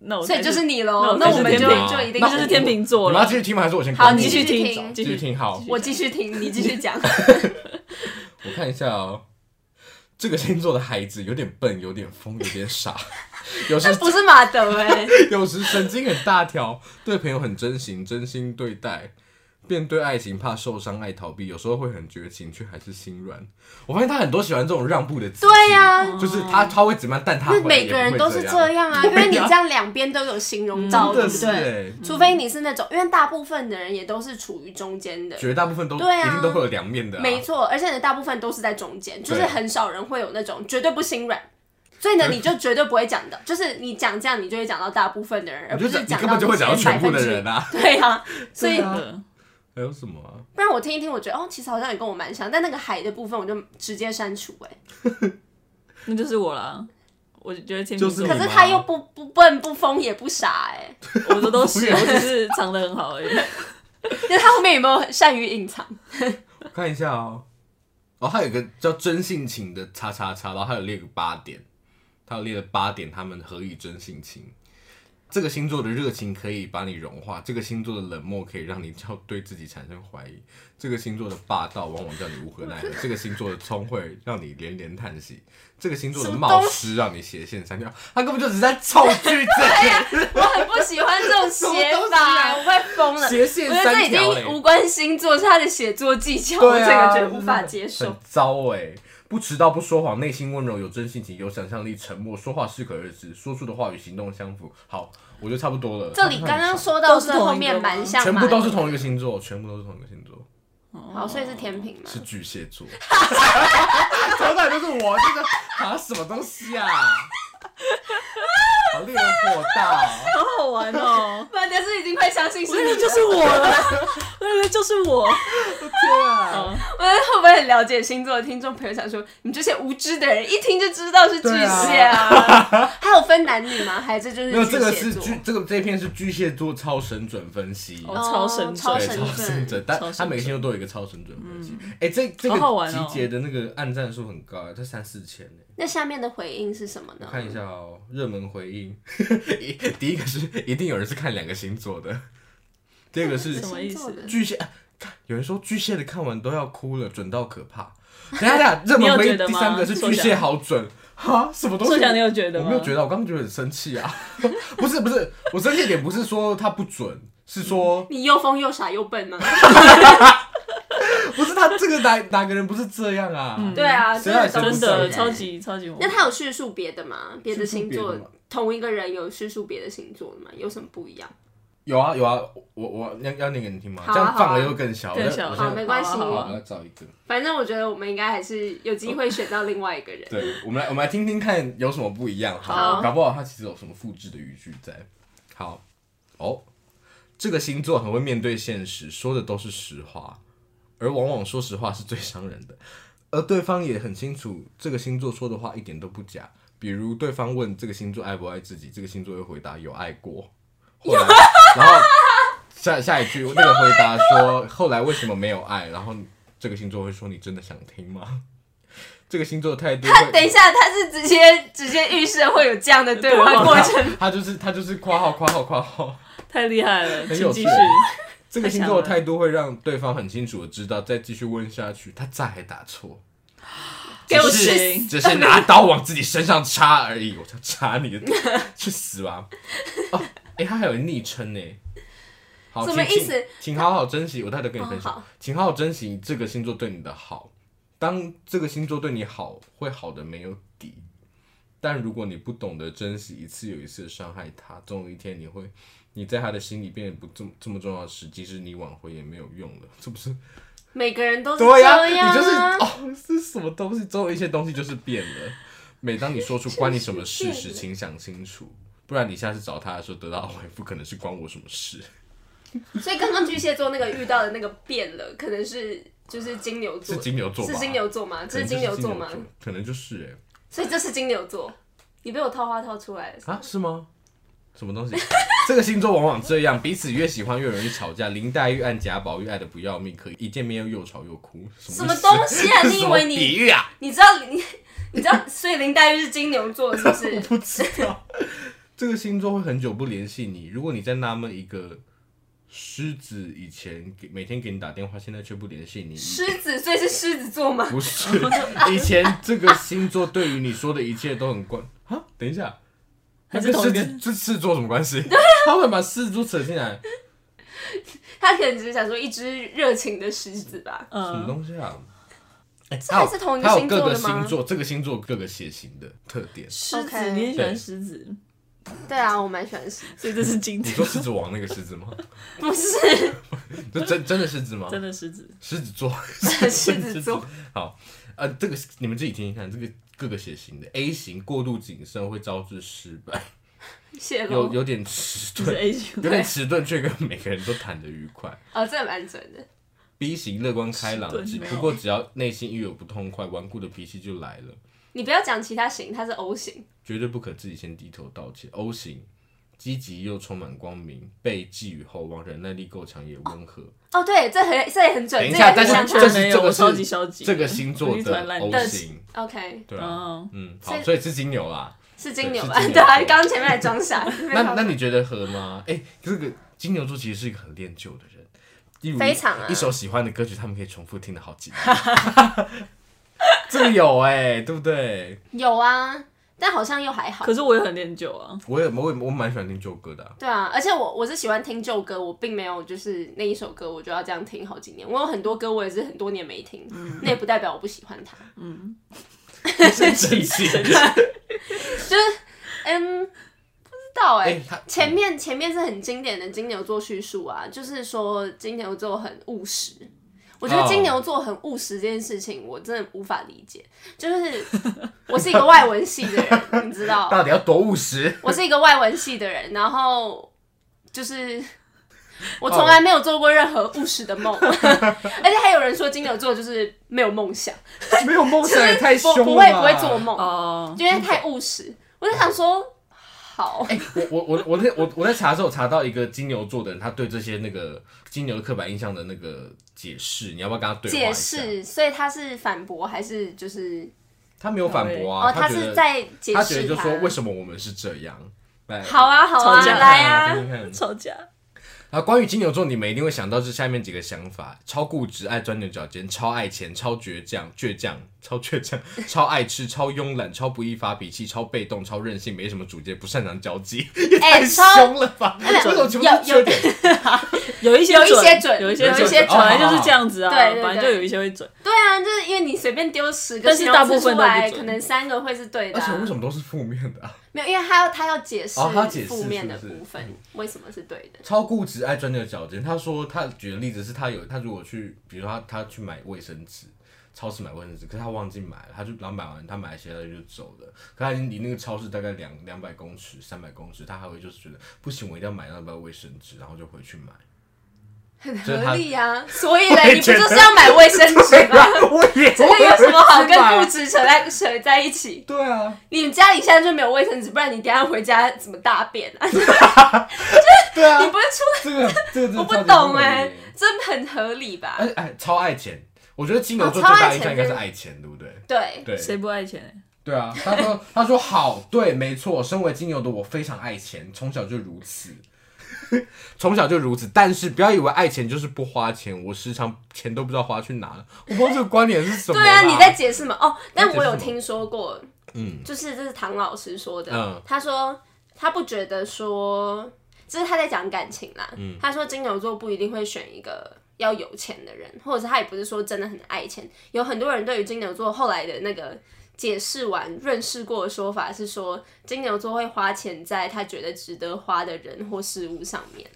C: 那
A: 哦
C: 我
B: 所以就是你喽。
C: 那
B: 那
C: 我
B: 我们
C: 还是
B: 就
C: 天秤
B: 就一定
C: 那
A: 那
C: 就是是天秤座
A: 你们要
C: 了
A: 继。续听吗？还是我先
C: 好，
A: 关
C: 你
A: 闭
B: 啊
C: 继续
B: 继续
C: 听，
B: 听
A: 嗯继续听好，
B: 我继续听，你继 续讲。
A: 我看一下哦。这个星座的孩子有点笨，有点疯，有点傻，有时
B: 不是马德哎，
A: 有时神经很大条，对朋友很真心，真心对待。面对爱情怕受伤，爱逃避，有时候会很绝情，却还是心软。我发现他很多喜欢这种让步的姿势，
B: 对呀、
A: 就是他他会怎么样，但他
B: 哦那
A: 会
B: 每个人都是
A: 这
B: 这，样啊，因为 你这样两边都有形容到，
A: 嗯真
B: 对
A: 的
B: 不
A: 是
B: 对？
A: 哎，
B: 除非你是那种，因为大部分的人也都是处于中间的，
A: 绝大部分都
B: 对啊
A: 一定都会有两面的啊，
B: 没错，而且呢，大部分都是在中间，就是
A: 对
B: 很少人会有那种绝对不心软。所以呢，你就绝对不会讲的，就是你讲这样，你就会讲到大部分的人，而
A: 你
B: 不
A: 就是讲你
B: 讲
A: 根
B: 到
A: 本就会讲到
B: 前
A: 全部
B: 百分
A: 的
B: 之
A: 人啊。
B: 对啊，所以
A: 对啊
C: 的
A: 还有什么啊？
B: 不然我听一听，我觉得哦，其实好像也跟我蛮像，但那个海的部分我就直接删除哎、
C: 那就是我啦。我觉得天秤
A: 就是
C: 座
A: 你，
B: 可是他又不不笨不疯也不傻哎、
C: 我的 都是，我只是藏得很好而已。
B: 那他后面有没有很善于隐藏？
A: 我看一下哦，哦，他有一个叫真性情的叉叉叉，然后他有列个八点，他有列了八点，他们何以真性情？这个星座的热情可以把你融化，这个星座的冷漠可以让你叫对自己产生怀疑，这个星座的霸道往往叫你无可 奈何，这个星座的聪慧让你连连叹息，这个星座的
B: 什么
A: 冒
B: 东
A: 失让你斜线三条，他根本就只是在凑句子，
B: 我很不喜欢这种写
A: 什么东西
B: 法，
A: 啊
B: 我快疯了。
A: 斜线
B: 我觉得这
A: 三
B: 已
A: 条、
B: 经
A: 欸
B: 无。关星座，是他的写作技巧， 我
A: 对
B: 这
A: 啊，
B: 个觉得无法接受
A: 很。糟哎、不迟到，不说谎，内心温柔，有真性情，有想象力，沉默，说话适可而止，说出的话与行动相符。好，我觉得差不多了。
B: 这里刚刚说到是后面蛮 像，
A: 全部都是。同一个星座，全部都是同一个星座，
B: 好，所以是天平嘛？
A: 是巨蟹 座。从来都是我，这个啊什么东西啊？好令人火大、哦！
C: 好好玩哦！
B: 反正是已经快相信
C: 我
B: 是
C: 认为
B: 你，
C: 就是我 了，我认为就是我。
A: 天啊，
B: 我会不会很了解星座的听众朋友想说，你们这些无知的人一听就知道是巨蟹 啊？还有分男女吗？还是就
A: 没有
B: 是
A: 这个
B: 巨蟹
A: 是
B: 座？
A: 巨，这个这篇是巨蟹座超神准分析。
C: 哦超神准
B: 超
A: 对，
B: 神
A: 超神
B: 准。
A: 准，但
C: 超神嗯
A: 他每个星座都有一个超神准分析。哎、这这个
C: 好好玩哦嗯
A: 集结的那个按赞数很高，才三四千呢。
B: 那下面的回应是什么
A: 我
B: 呢？
A: 看一下哦，热门回应， 一第一个是一定有人是看两个星座 的，第二个是
C: 什么意思
B: 星座的
A: 巨蟹，啊看有人说巨蟹的看完都要哭了，准到可怕。 等一下等一下，热
C: 你有
A: 门回
C: 觉得
A: 应
C: 吗
A: 第三个是巨蟹好 准，哈，什么东西？
C: 硕翔，你有觉得
A: 我
C: 吗？
A: 没有觉得，我刚刚觉得很生气啊！ 不是不是，我生气的点不是说他不准，是说
B: 你又疯又傻又笨吗？
C: 嗯
A: 不是他这个哪哪个人不是这样啊？
B: 对啊，
A: 谁让你
B: 真
A: 生
B: 的
A: 不
C: 真
A: 上瘾
C: 的超级超级无
B: 那
C: 聊。
B: 他有叙述别的吗？别的星
A: 叙述
B: 座
A: 别的吗，
B: 同一个人有叙述别的星座的吗？有什么不一样？
A: 有啊有啊，我我要要那个你听吗？
B: 好啊
A: 这样放了又更小，
C: 更小，
A: 我
B: 好
A: 先
B: 没关系
C: 好
A: 好
C: 啊
A: 我
C: 好啊
A: 要找一个。
B: 反正我觉得我们应该还是有机 会选到另外一个人。
A: 对，我们来我们来听听看有什么不一样，
B: 好
A: 好，搞不好它其实有什么复制的语句在。好，哦，这个星座很会面对现实，说的都是实话，而往往说实话是最伤人的。而对方也很清楚，这个星座说的话一点都不假。比如对方问这个星座爱不爱自己，这个星座会回答有爱过，后来，然后下下一句那个回答说后来为什么没有爱，然后这个星座会说你真的想听吗？ 这个星座态度
B: 他
A: 会
B: 等一下，他是直接直接预设会有这样的对话过程。
A: 他就是他就是括号括号括号，
C: 太厉害了，
A: 很
C: 请
A: 有
C: 继
A: 趣
C: 续。
A: 这个星座的态度会让对方很清楚的知道，再继续问下去，他再还打错，
B: 给我
A: 只是
C: 去
A: 只是拿刀往自己身上插而已，我想插你的，去死吧！哦，哎、他还有昵称呢，好，
B: 什么
A: 请
B: 意思
A: 请请好好珍惜，我待会跟你分享，
B: 哦好
A: 请好好珍惜这个星座对你的好。当这个星座对你好，会好的没有底。但如果你不懂得珍惜一次又一次的伤害他，总有一天你会，你在他的心里变得不这么这么重要的时机，是你挽回也没有用了，这不是？
B: 每个人都是这
A: 对呀、
B: 样啊，
A: 你就是哦，是什么东西？总有一些东西就是变了。每当你说出关你什么事时，请想清楚，不然你下次找他的时候得到的回复可能是关我什么 事。
B: 所以刚刚巨蟹座那个遇到的那个变了，可能是就是金牛座，
A: 是金牛座吧？
B: 是金牛座吗？
A: 可
B: 这是
A: 能就是
B: 金牛座吗？？
A: 可能就是哎、
B: 所以这是金牛座，你被我套话套出来了。
A: 啊啊，是吗？什么东西？这个星座往往这样，彼此越喜欢越容易吵架。林黛玉、按贾宝玉爱的不要命，可一见面又又吵又哭，
B: 什
A: 什
B: 么
A: 意思
B: 东西啊？你 以为
A: 什么比
B: 你
A: 喻啊？
B: 你知道你你知道，所以林黛玉是金牛座是不是？
A: 不知道。 这个星座会很久不联系你，如果你在纳闷一个狮子以前给每天给你打电话，现在却不联系你，
B: 狮子，所以是狮子座吗？
A: 不是 以前这个星座对于你说的一切都很关啊？等一下，那
C: 还是
A: 跟
C: 同一
A: 狮
C: 个
A: 子这狮子座什么关 系？他们把狮子座扯进来，
B: 他可能只是想说一只热情的狮子吧。
A: 什么
C: 嗯，
A: 东西啊？哎
B: 这还是同一个
A: 还有
B: 星
A: 各
B: 座
A: 个
B: 的吗
A: 星座，这个星座各个血型的特点。
C: 狮子，
B: OK
C: 你也喜欢狮子，
B: 对啊，我蛮喜欢狮子，
C: 所以这是金
A: 你说
C: 牛，
A: 狮子王那个狮子吗？
B: 不是
A: 这真真的狮子吗？
C: 真的狮子。
A: 狮子座，
B: 狮 子座。
A: 好，呃，这个你们自己听听看，这个各个血型的 A 型过度谨慎会招致失败，
B: 谢
A: 有
B: 喽。
A: 有点迟
C: 哎哦就是
A: 钝，
C: 哎 A 型，
A: 有点迟钝，却跟每个人都谈得愉快。
B: 哦，这个蛮准的。
A: B 型乐观开朗
C: 迟，钝
A: 只
C: 没有
A: 不过只要内心一有不痛快，顽固的脾气就来了，
B: 你不要讲其他型，他是 O 型，
A: 绝对不可自己先低头道歉。O 型积极又充满光明，被寄予厚望，忍耐力够强也温和。
B: 哦，对，这很这也很准，
A: 等一
B: 这
A: 下，
B: 也
A: 但
B: 很
A: 是
B: 像
A: 这
B: 他。
A: 是
C: 没
A: 这
C: 有
A: 个
C: 我超级
A: 是
C: 消极
A: 这个星座
C: 我一
A: 的
C: 团烂
A: O
B: 但是
A: 型，
B: OK，
A: 对啊
C: 哦，
A: 嗯，
B: 所
A: 好，
B: 以
A: 所以是金牛啦。
B: 是金牛吧？
A: 对是金牛
B: 对啊，刚刚前面还 装傻。
A: 那那你觉得合吗？哎、这个金牛座其实是一个很恋旧的人，例如
B: 非常啊
A: 一首喜欢的歌曲，他们可以重复听了好几遍。 这个有哎、对不对？
B: 有啊，但好像又还好
C: 可。是我也很恋旧啊。
A: 我也我也我蛮喜欢听旧歌的啊、
B: 对啊，而且我我是喜欢听旧歌，我并没有就是那一首歌我就要这样听好几年。我有很多歌我也是很多年没听，
A: 嗯
B: 那也不代表我不喜欢它。
A: 生气
B: 就是嗯，不知道哎、
A: 哎他
B: 前面前面是很经典的金牛座叙述啊，就是说金牛座很务实。我觉得
A: 哦
B: 金牛座很务实这件事情，我真的无法理解。就是我是一个外文系的人，你 知道，
A: 到底要多务实？
B: 我是一个外文系的人，然后就是我从来没有做过任何务实的 梦，而且还有人说金牛座就是没有梦想，
A: 没有梦想也太
B: 不
A: 凶了吧。
B: 不会不会做梦，
C: 哦，
B: 因为太务实。我就想说，好，
A: 哎、我我我我那我我在查的时候查到一个金牛座的人，他对这些那个金牛刻板印象的那个解释，你要不要跟他对话
B: 解
A: 一下？
B: 释，所以他是反驳还是就是
A: 他没有反驳啊，
B: 哦，
A: 他觉
B: 是
A: 得
B: 在解
A: 他觉得
B: 释
A: 就说为什么我们是这样。来
B: 好啊好啊，
C: 吵架
B: 来啊，
A: 听听看
C: 吵架，
A: 啊，关于金牛座，你们一定会想到这下面几个想法：超固执、爱钻牛角尖、超爱钱、超倔强、倔强、超倔强、 超爱吃、超慵懒、超不易发脾气、超被动、超任性、没什么主见、不擅长交际，也
B: 哎
A: 太
B: 超
A: 凶了吧！
B: 哎
A: 为什么全部都是
B: 有有
A: 缺点？
C: 有一些
B: 有一些准
C: 有一些
B: 有一
C: 准
B: 些
A: 准
C: 本来就是这样子啊，
B: 哦对对对
C: 本来就有一些会准。
B: 对啊，就是因为你随便丢十个
C: 但是
B: 形容
C: 大
B: 词
C: 部分
B: 出
C: 都不
B: 来，
C: 准
B: 可能三个会是对的
A: 而
B: 啊。
A: 且为什么都是负面的啊？
B: 没有，因为他要他要解释
A: 哦他要解释
B: 负面的
A: 是不是
B: 部分，为什么是对的。
A: 超固执、爱钻牛角尖。他说他举的例子是他有他如果去，比如说他他去买卫生纸，超市买卫生纸，可是他忘记买了，他就然后买完他买了些他就走了，可他已经离那个超市大概两两百公尺、三百公尺，他还会就是觉得不行，我一定要买那包卫生纸，然后就回去买。
B: 很
A: 就是他
B: 合理 啊，所以
A: 我
B: 嘞，
A: 也
B: 你不就
A: 觉
B: 是
A: 得啊
B: 要买卫生纸吗？
A: 我也啊
B: 这个有什么好跟固执扯在扯在一起？
A: 对啊，
B: 你们家里现在就没有卫生纸，不然你等一下回家怎么大便 啊？你
A: 对啊，
B: 不是出
A: 这 个这个
B: 我不懂
A: 欸
B: 哎、这很合理吧？
A: 而且哎，超爱钱。我觉得金牛座
B: 哦
A: 最
B: 超爱
A: 大印象
B: 钱
A: 应该是
B: 真的
A: 爱钱，对不对？
B: 对，
A: 对，
C: 谁不爱钱？
A: 对啊，他说 他说好，对，没错，身为金牛的我非常爱钱，从小就如此， 从小就如此。但是不要以为爱钱就是不花钱，我时常钱都不知道花去哪了。我不知道这个观点是什么
B: 对
A: 啦。
B: 啊，你在解释嘛？哦，但
A: 你在解释
B: 我有
A: 什么
B: 听说过，
A: 嗯
B: 就是这是唐老师说的，
A: 嗯
B: 他说他不觉得说，这是他在讲感情啦。
A: 嗯
B: 他说金牛座不一定会选一个要有钱的人，或者是他也不是说真的很爱钱。有很多人对于金牛座后来的那个解释完、认识过的说法是说，金牛座会花钱在他觉得值得花的人或事物上面，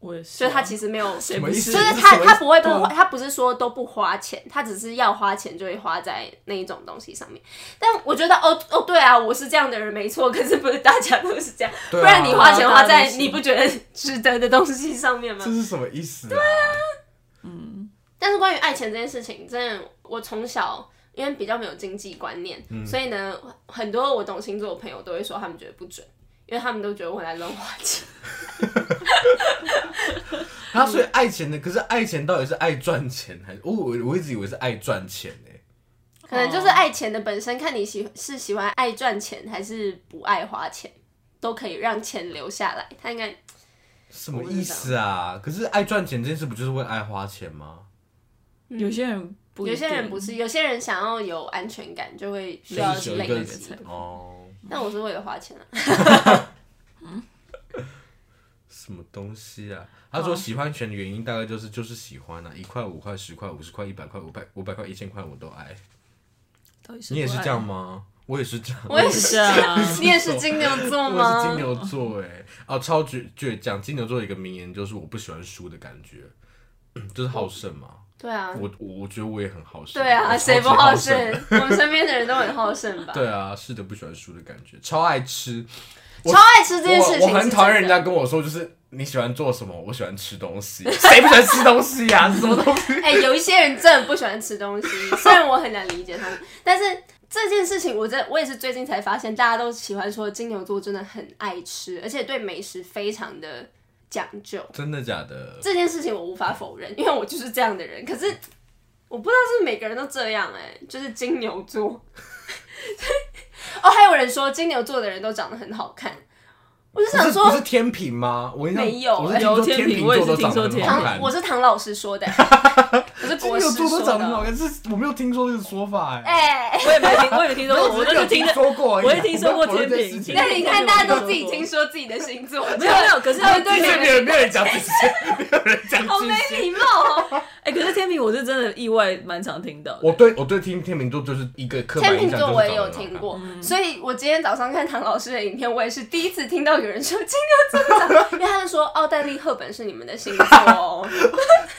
C: 我也是
B: 所
C: 啊，
B: 以他其实没有
C: 谁
A: 什么
C: 不
A: 意
C: 是
A: 思？
B: 就是
A: 这
B: 他
A: 什么意思
B: 他不会不
A: 对啊
B: 花，他不是说都不花钱，他只是要花钱就会花在那一种东西上面。但我觉得哦哦对啊，我是这样的人没错，可是不是大家都是这样，不
A: 对啊
B: 然你花钱花
C: 大
B: 在
C: 家都是
B: 你不觉得值得的东西上面吗
A: 这？是什么意思、啊？
B: 但是关于爱钱这件事情，真的我从小。因
A: 嗯
B: 为比较没有经济观念，所以呢，很多我懂星座的朋友都会说他们觉得不准，因为他们都觉得我很爱乱花钱。
A: 他所以爱钱的，可是爱钱到底是爱赚钱还是我我我一直以为是爱赚钱呢、
B: 可能就是爱钱的本身，看你喜是喜欢爱赚钱还是不爱花钱，都可以让钱留下来。他应该
A: 什么意思啊？可是爱赚钱这件事不就是为爱花钱吗？
C: 有些人不一
B: 嗯有
C: 定，
B: 些人不是，有些人想要有安全感，就会需要
A: 就是
B: 去
A: 有一
B: 累
A: 个
B: 积。
A: 哦，
B: 但我是为了花 钱啊，
A: 什么东西啊？他说喜欢钱的原因大概就是就是喜欢啊，一块、五块、十块、五十块、一百块、五百五百块、一千块我都爱。
C: 到底是
A: 你也是
C: 不爱
A: 这样吗？我也是这样，
B: 我也
C: 是
B: 是
C: 啊
B: 你也是金牛座
A: 我也是
B: 吗
A: 金？牛座哎，哦，超倔倔强。金牛座有一个名言就是我不喜欢输的感觉， 就是好胜嘛。
B: 对啊，
A: 我我我觉得我也很好胜，
B: 对
A: 我超
B: 啊，
A: 级
B: 谁不
A: 好
B: 好胜？我们身边的人都很好胜吧？
A: 对啊，是的，不喜欢输的感觉，超爱吃。我
B: 超爱吃这件事情
A: 我我很
B: 是
A: 讨厌人
B: 真的
A: 家跟我说，就是你喜欢做什么，我喜欢吃东西。 谁不喜欢吃东西呀、啊？什么东西？
B: 哎、有一些人真的不喜欢吃 东西，虽然我很难理解他们，但是这件事情我真我也是最近才发现，大家都喜欢说金牛座真的很爱吃，而且对美食非常的讲究。
A: 真的假的？
B: 这件事情我无法否认，因为我就是这样的人。可是我不知道是不是每个人都这样哎、就是金牛座。 哦，还有人说金牛座的人都长得很好看，我就
A: 不是
B: 想
A: 不
B: 说
A: 是天平吗？我印象
B: 没有
A: 我是听
C: 有
A: 说
C: 天平
A: 秤
C: 我也
A: 座
C: 是
A: 都
C: 听
A: 长得
C: 说
A: 很
C: 天
A: 好
C: 平
A: 看
B: 唐，我是唐老师说 的、我是
A: 金
B: 国
A: 牛
B: 师
A: 座
B: 说
A: 都
B: 的哦
A: 长得很好。看，这是我没有听说这个说法哎、
B: 哎、
C: 我也没听，我也没听说过，
A: 我
C: 我
A: 只
C: 都
A: 有
C: 是听
A: 听
C: 的。
A: 说过而已，啊
C: 我也听说过
A: 不认识
C: 天平
A: 事情
B: 那
C: 那
B: 你
C: 你
B: 看，
C: 看
B: 大
C: 大
B: 家
C: 家
B: 都自
C: 都自
B: 己
C: 己
B: 听
C: 听
B: 说自己的星座，
C: 没有没有，可是
B: 他
C: 他
B: 们
C: 们
B: 对
C: 对
A: 其实 没有
B: 你
A: 没有人讲这些，没有人讲
B: 好
A: 这
B: 没
A: 些。
B: 礼貌哦。
C: 哎、可是天平我是真的意外蛮常听 到的。
A: 我对我对天天秤座就是一个刻板
B: 天
A: 印
B: 秤
A: 象，
B: 座
A: 就是
B: 我也
A: 长得
B: 有
A: 很好
B: 听
A: 看。
B: 过，所以我今天早上看唐老师的影片，我也是第一次听到有人说金牛座长 得，因为他们说奥黛丽·赫本是你们的星座 哦。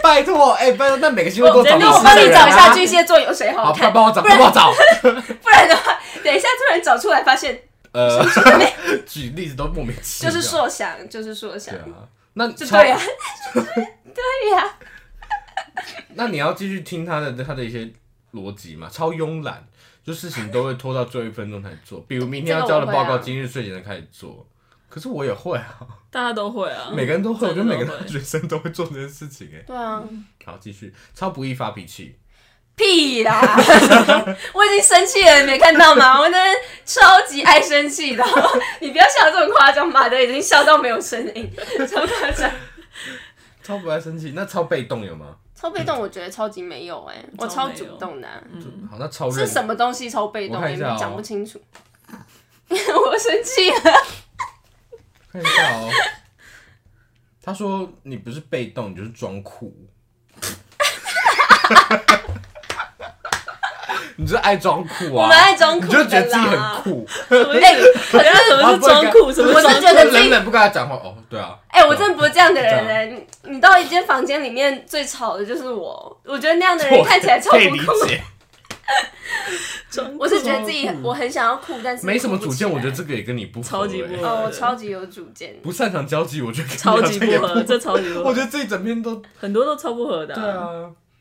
A: 拜托，哎、拜托，那每个星座都
C: 我
A: 找
C: 真
B: 那
C: 的
B: 我
A: 老
B: 帮
A: 师
B: 你
A: 的人
B: 找一下
A: 啊
B: 巨蟹座有谁好
A: 好，
B: 看，
A: 帮我找，
B: 不
A: 帮我
B: 然
A: 找。
B: 不然的话，等一下突然找出来发现
A: 呃，举例子都莫名其
B: 就
A: 妙。
B: 是硕翔，就是硕翔
A: 对，啊，那
B: 就
A: 超
B: 对啊，对呀。
A: 那你要继续听他的他的一些逻辑嘛，超慵懒，就事情都会拖到最后一分钟才做，比如明天要交的报
B: 这个我
A: 告，
B: 会啊
A: 今日睡前才开始做。可是我也会啊，
C: 大家都会
B: 嗯
C: 啊，
A: 每个人都会，我觉得
C: 真的
A: 每个
C: 会
A: 大学生都会做这件事情哎。
B: 对啊，
A: 好，继续，超不易发脾气，
B: 屁啦！ 我已经生气了，你没看到吗？我那边超级爱生气的，你不要笑得这么夸张吧，都已经笑到没有声音，超夸张。
A: 超不爱生气，那超被动有吗？
B: 超被动，我觉得超级没有哎、我
C: 超
B: 超
C: 没有
B: 主动的啊、
A: 就好，那超
B: 是
A: 认
B: 什么东西超被动？
A: 我看
B: 也
A: 一下哦
B: 讲不清 楚。我生气了，
A: 看一下哦。他说：“你不是被动，你就是装酷。 你就是爱装酷啊！
B: 我们爱装酷
A: 你就觉得自己
B: 的
A: 很
B: 啦
A: 酷。
C: 什么意
B: 哎、
C: 思？人家什么是装酷，什么
B: 我
C: 是
B: 是
C: 装
B: 觉得自己
A: 冷冷不跟他讲话。哦，对啊，
B: 哎、我真的不是这样的人
A: 这
B: 哎、你你到一间房间里面最吵的就是我，我觉得那样的人看起来
A: 啊
B: 超
A: 可
B: 不
A: 以理
B: 酷。
A: 解，嗯
C: 装酷
B: 我是觉得自己很我很想要酷，但是
A: 没什么主 见。
B: 酷
A: 我
B: 不
A: 觉得
B: 起来
A: 这个也跟你不合、
C: 超级
A: 欸
C: 不合
B: 哦，我超级有主见。
A: 不擅长交际，我觉得跟你
C: 超级
A: 好像也
C: 不合，这超级不合
A: 我觉，得这一整篇都
C: 很多都超不合的、
A: 对，啊，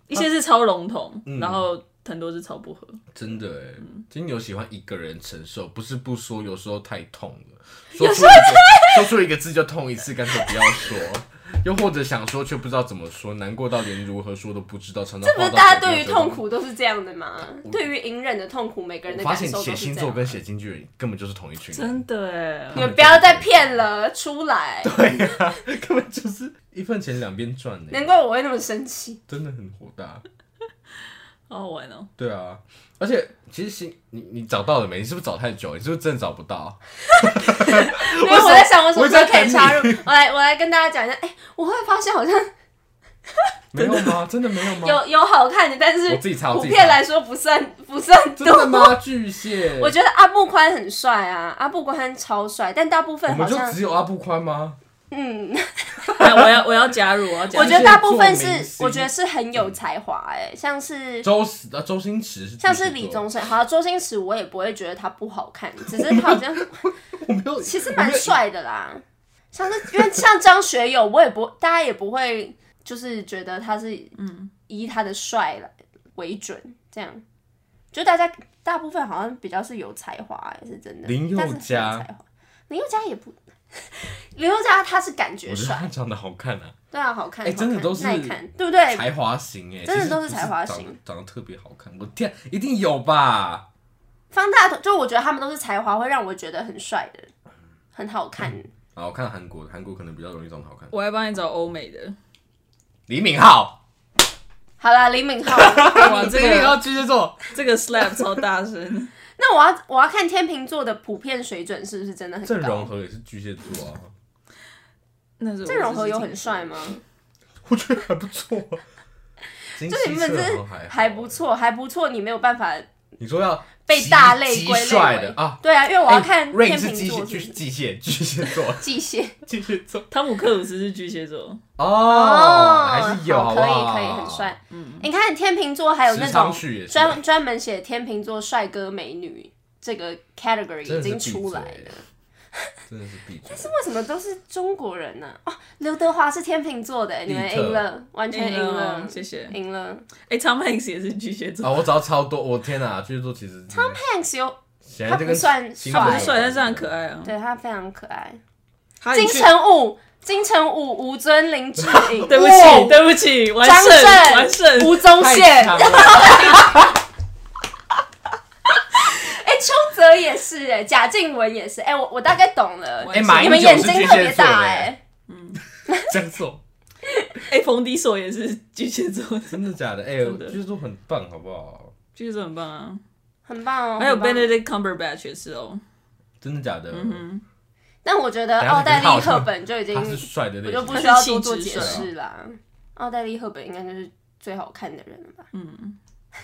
C: 一些是超笼统，
A: 嗯
C: 然后很多是超不合。
A: 真的哎、
B: 嗯
A: 金牛喜欢一个人承受，不是不说，有时候太痛了，说
B: 有
A: 出一个说出一个字就痛一次，干脆不要说。又或者想说却不知道怎么说，难过到连如何说都不知道，常常
B: 这不
A: 话
B: 是
A: 到
B: 大家
A: 嘴
B: 对于
A: 边就
B: 痛。苦都是这样的吗？对于隐忍的痛苦，每个人
A: 我
B: 的
A: 发
B: 感
A: 现
B: 受都
A: 写
B: 是
A: 星
B: 这样
A: 座。跟写经纪人根本就是同一群人，
C: 真的
B: 你
C: 哎，
B: 们不要再骗了，出来！
A: 根本就是一份钱两边赚呢、
B: 难怪我会那么生 气。
A: 真的很火大。
C: 好好玩哦。
A: 对啊，而且其实星你你找到了没？你是不是找太久？你是不是真的找不到？
B: 因为我在想，我什
A: 我
B: 么
A: 一直
B: 时
A: 在
B: 候可以
A: 等
B: 插入？我来，我来跟大家讲一下。哎、我后来发现好像
A: 没有吗？真的没有吗？
B: 有有好看的，但
A: 我
B: 是
A: 自己查，我
B: 普
A: 自己
B: 遍
A: 查。
B: 来说不算不算
A: 真的
B: 多。
A: 吗？巨蟹，
B: 我觉得阿布宽很帅啊，阿布宽超帅，但大部分
A: 我
B: 好
A: 们就
B: 像
A: 只有阿布宽吗？
B: 嗯，
C: 哎我要我要加入，我要加
B: 我
C: 入
B: 觉。得大部分
A: 做明
B: 是
A: 星
B: 我觉得是很有才华哎、像是
A: 周啊，周星驰是
B: 像
A: 巨
B: 是
A: 蟹
B: 李
A: 座，
B: 宗盛，好，啊周星驰我也不会觉得他不好看，只是他好像
A: 我没有，
B: 其实
A: 我没
B: 蛮
A: 有。
B: 帅的啦。像是因为像张学友，我也不大家也不会就是觉得他是嗯以他的帅来为准这样，就大家大部分好像比较是有才华、欸，是真的。
A: 林宥
B: 但是很有
A: 嘉
B: 才华林宥嘉也不， 林宥嘉他是感觉
A: 我觉得
B: 帅，
A: 他长得好看啊，
B: 对啊，好看，
A: 哎
B: 好
A: 真的
B: 看
A: 都是
B: 耐看，对不对？
A: 才华型哎，
B: 真
A: 其
B: 的
A: 实
B: 都是才华
A: 不长得
B: 型
A: 长得特别好看。我天，一定有吧？
B: 方大同，就我觉得他们都是才华，会让我觉得很帅的，很好看。
A: 啊，我看韩国，韩国可能比较容易长得好看。
C: 我来帮你找欧 美的。
A: 李敏镐，
B: 好啦，李敏镐，哦
C: 哇，这
A: 李敏
C: 个
A: 镐巨蟹座，
C: 这个 slap 超大声，
B: 那我要我要看天秤座的普遍水准是不是真的很
A: 郑
B: 高
A: 容？和也是巨蟹座啊，
C: 那是我
B: 郑容和有
C: 自己
B: 很帅吗？
A: 我觉得还不错啊。就
B: 就是你们
A: 这
B: 这
A: 还
B: 还
A: 好
B: 不。错，还不错，你没有办法
A: 你说要
B: 被
A: 极
B: 大类
A: 极
B: 归类
A: 帅
B: 为
A: 的啊？
B: 对啊，因为我要
A: 哎
B: 看
A: Rain
B: 天
A: 是
B: 秤
A: 巨
B: 座
A: 蟹，
B: 是
A: 巨巨蟹， 巨
B: 不是
A: 蟹座，
B: 巨蟹
A: 巨蟹座。
C: 汤姆克鲁斯是巨蟹座，
A: 哦，还是有，好
B: 好
A: 不
B: 可以
A: 好
B: 可以很帅。嗯你看天秤座还有那
A: 时
B: 种
A: 常旭也是
B: 专专门写天秤座帅哥美女这个
A: 真
B: category 已
A: 的是
B: 经
A: 闭
B: 出
A: 嘴
B: 来了。
A: 真的是闭嘴。
B: 为什么都是中国人呢、哦，刘德华是天秤座的，你们赢了，完全赢了，
C: 嗯谢谢。
B: 赢了。
C: 哎，Tom Hanks 也是巨蟹座
A: 啊，，我找超多，我天哪，巨蟹座其实 Tom
B: Hanks 有，
A: 显然就跟
B: 他不算
A: 星座有关
B: 帅
C: 他不帅，但是很可爱啊。
B: 对他非常可爱。
A: 啊
C: 他也
B: 金
C: 去
B: 城武，金城武，吴尊、林志颖，
C: 对不
B: 哇
C: 起，对不起，完
B: 张
C: 胜，完
B: 震、
C: 胜。
B: 吴宗
A: 太
B: 宪，
A: 强了。
B: 哎，邱泽也是，哎，贾静雯也是，哎，我我大概懂了。
A: 哎，马
B: 你
A: 英
B: 们
A: 九
B: 眼
A: 是巨
B: 睛特
A: 蟹
B: 别
A: 座
B: 大
A: 的
B: 哎、
A: 江总，
C: 哎，冯迪索也是巨蟹座，
A: 真的假的？哎，
C: 真的
A: 巨蟹座很棒，好不好？
C: 巨蟹座很棒啊。
B: 很棒哦。
C: 还有
B: 很棒
C: Benedict Cumberbatch 也是哦，
A: 真的假的？
C: 嗯
B: 但我觉得
A: 等下
B: 奥黛
A: 你好
B: 丽赫本就已经，
A: 他是帅的类
B: 我就不
A: 型，
B: 需要
C: 他是
B: 多
C: 气质
B: 做解
C: 帅啊
B: 释啦。奥黛丽赫本应该就是最好看的人了吧？
C: 嗯，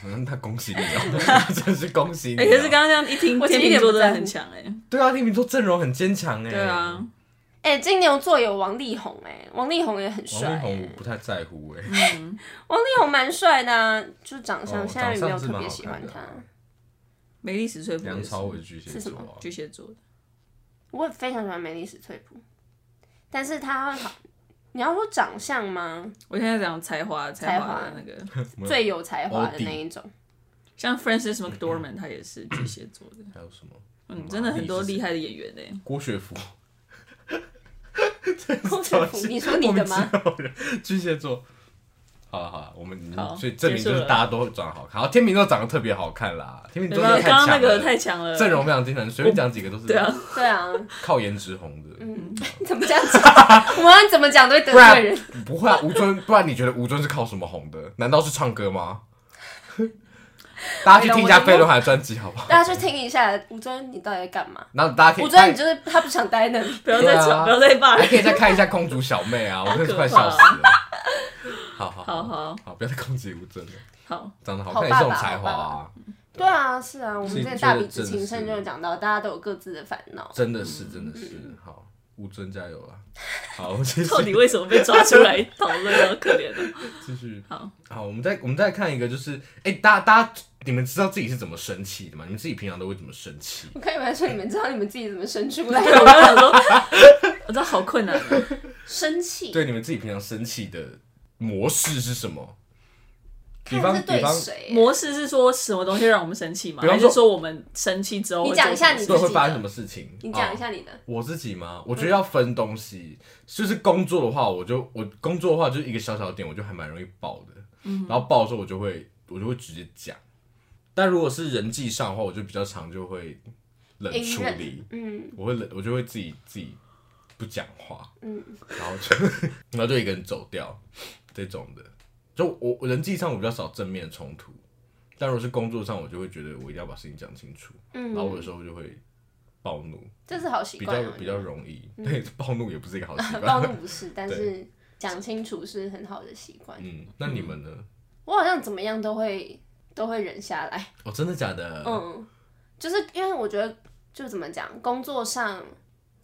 A: 嗯，他恭喜你哦， 真是恭喜你
C: 哎，可是
A: 哦。
C: 刚刚这样一听，
B: 我其
C: 天
B: 实有点
C: 秤座真
B: 不在
C: 的
B: 乎
C: 很强哎，
A: 对啊，天秤座阵容很坚强哎。
C: 对啊，
B: 哎、金牛座有王力宏、哎，王力宏也很帅、
A: 王力宏
B: 哎
A: 我不太在乎哎。
C: 嗯，
B: 王力宏蛮帅的、啊，就长相，
A: 哦
B: 现在也
A: 长
B: 没有
A: 相是
B: 特
A: 蛮
B: 别
A: 好
B: 喜
A: 看
B: 欢
A: 的
B: 他。
C: 梅丽史翠普也
A: 梁
C: 是
A: 朝伟巨蟹
B: 是什
A: 座
B: 么
A: 啊，
C: 巨蟹座的，
B: 我也非常喜欢梅丽史翠普，但是他好，你要说长相吗？
C: 我现在讲才华，
B: 才
C: 才华
B: 华
C: 的那个，
A: 没有
B: 最有才华的
A: 欧弟
B: 那一种，
C: 像 Francis McDormand 他也是巨蟹座的，
A: 还有什么？
C: 嗯，真的很多厉害的演员欸呢。
A: 郭学福，
B: 郭 雪芙 你说你的吗？
A: 莫名其妙的？巨蟹座。好了好了，我们
C: 好
A: 所以证明就
C: 结束
A: 是
C: 了
A: 大家都长得好看，好，天秤座长得特别好看啦，天秤
C: 对
A: 座
C: 吧？
A: 真的
C: 刚刚那
A: 强
C: 个
A: 了
C: 太强了，
A: 阵容非常精彩，随便讲几个都
C: 对啊
A: 是，
B: 对啊，
A: 靠颜值红的。
B: 嗯，怎么这样讲？嗯 我们怎么讲都会得
A: 不然
B: 罪人。
A: 不会啊，吴尊，不然你觉得吴尊是靠什么红的？难道是唱歌吗？ 大家去听一下飞轮海的专辑好不好？
B: 大家去听一下，吴尊你到底在干嘛？
A: 然后大家可以
B: 吴尊，你就是他不想待那里。
C: 不要再
A: 对
C: 吵，
A: 啊
C: 不要再骂
A: 还
C: 人。
A: 可以再看一下公主小妹 啊，我真的是快
C: 好可
A: 笑
C: 怕啊
A: 死了。好好
C: 好好
A: 好，不要再攻击吴尊了，
C: 好，
A: 长得好
B: 好
A: 看也
B: 爸
A: 是种
B: 爸
A: 才
B: 好
A: 华
B: 爸
A: 啊。
B: 对啊，是啊，我们
A: 所以你
B: 之前
A: 觉
B: 大
A: 得
B: 鼻子
A: 真的
B: 情圣
A: 是
B: 就有讲到，大家都有各自的烦恼。
A: 真的
B: 嗯
A: 是，真的是，好，吴尊加油 啦！好，我们继续
C: 到底为什么被抓出来讨论啊？可怜 的。
A: 继续，
C: 好，
A: 好，我们再我们再看一个，就是，哎、大家大家，你们知道自己是怎么生气的吗？你们自己平常都会怎么生气？
B: 我看你们说，你们知道你们自己怎么生出来
C: 对，我
A: 啊
B: 的？
C: 刚想说，我知道好困难啊。
B: 生气，
A: 对，你们自己平常生气的模式是什么？比
B: 看
A: 方
B: 是
A: 比
B: 对
A: 方，
B: 谁？
C: 模式是说什么东西让我们生气吗？
A: 比方
C: 还
A: 说
C: 是说我们生气之后会
B: 你讲一下
C: 做什
A: 对，
C: 么事？
A: 会发生什么事情？
B: 你讲一
A: 哦
B: 下你的。
A: 我自己吗？
B: 嗯
A: 我觉得要分东西，就是工作的话，我就我工作的话就是一个小小的点，我就还蛮容易爆的。
B: 嗯
A: 然后爆的时候，我就会我就会直接讲。但如果是人际上的话，我就比较常就会冷
B: 隐
A: 处
B: 忍
A: 理，
B: 嗯
A: 我会冷，我就会自己自己不讲话，
B: 嗯，
A: 然后就 然后就一个人走掉这种的。就我我人际上我比较少正面的冲突，但如果是工作上，我就会觉得我一定要把事情讲清楚，然后我有
B: 嗯，
A: 时候就会暴怒。
B: 这是好习
A: 比
B: 惯
A: 较
B: 哦。
A: 比较容易，对， 暴怒也不是一个好习
B: 呃 暴
A: 惯。
B: 怒不是，但是讲清楚是很好的习惯。
A: 嗯，那你们呢？
B: 我好像怎么样都会都会忍下来。
A: 哦，真的假的？
B: 嗯，就是因为我觉得，就怎么讲，工作上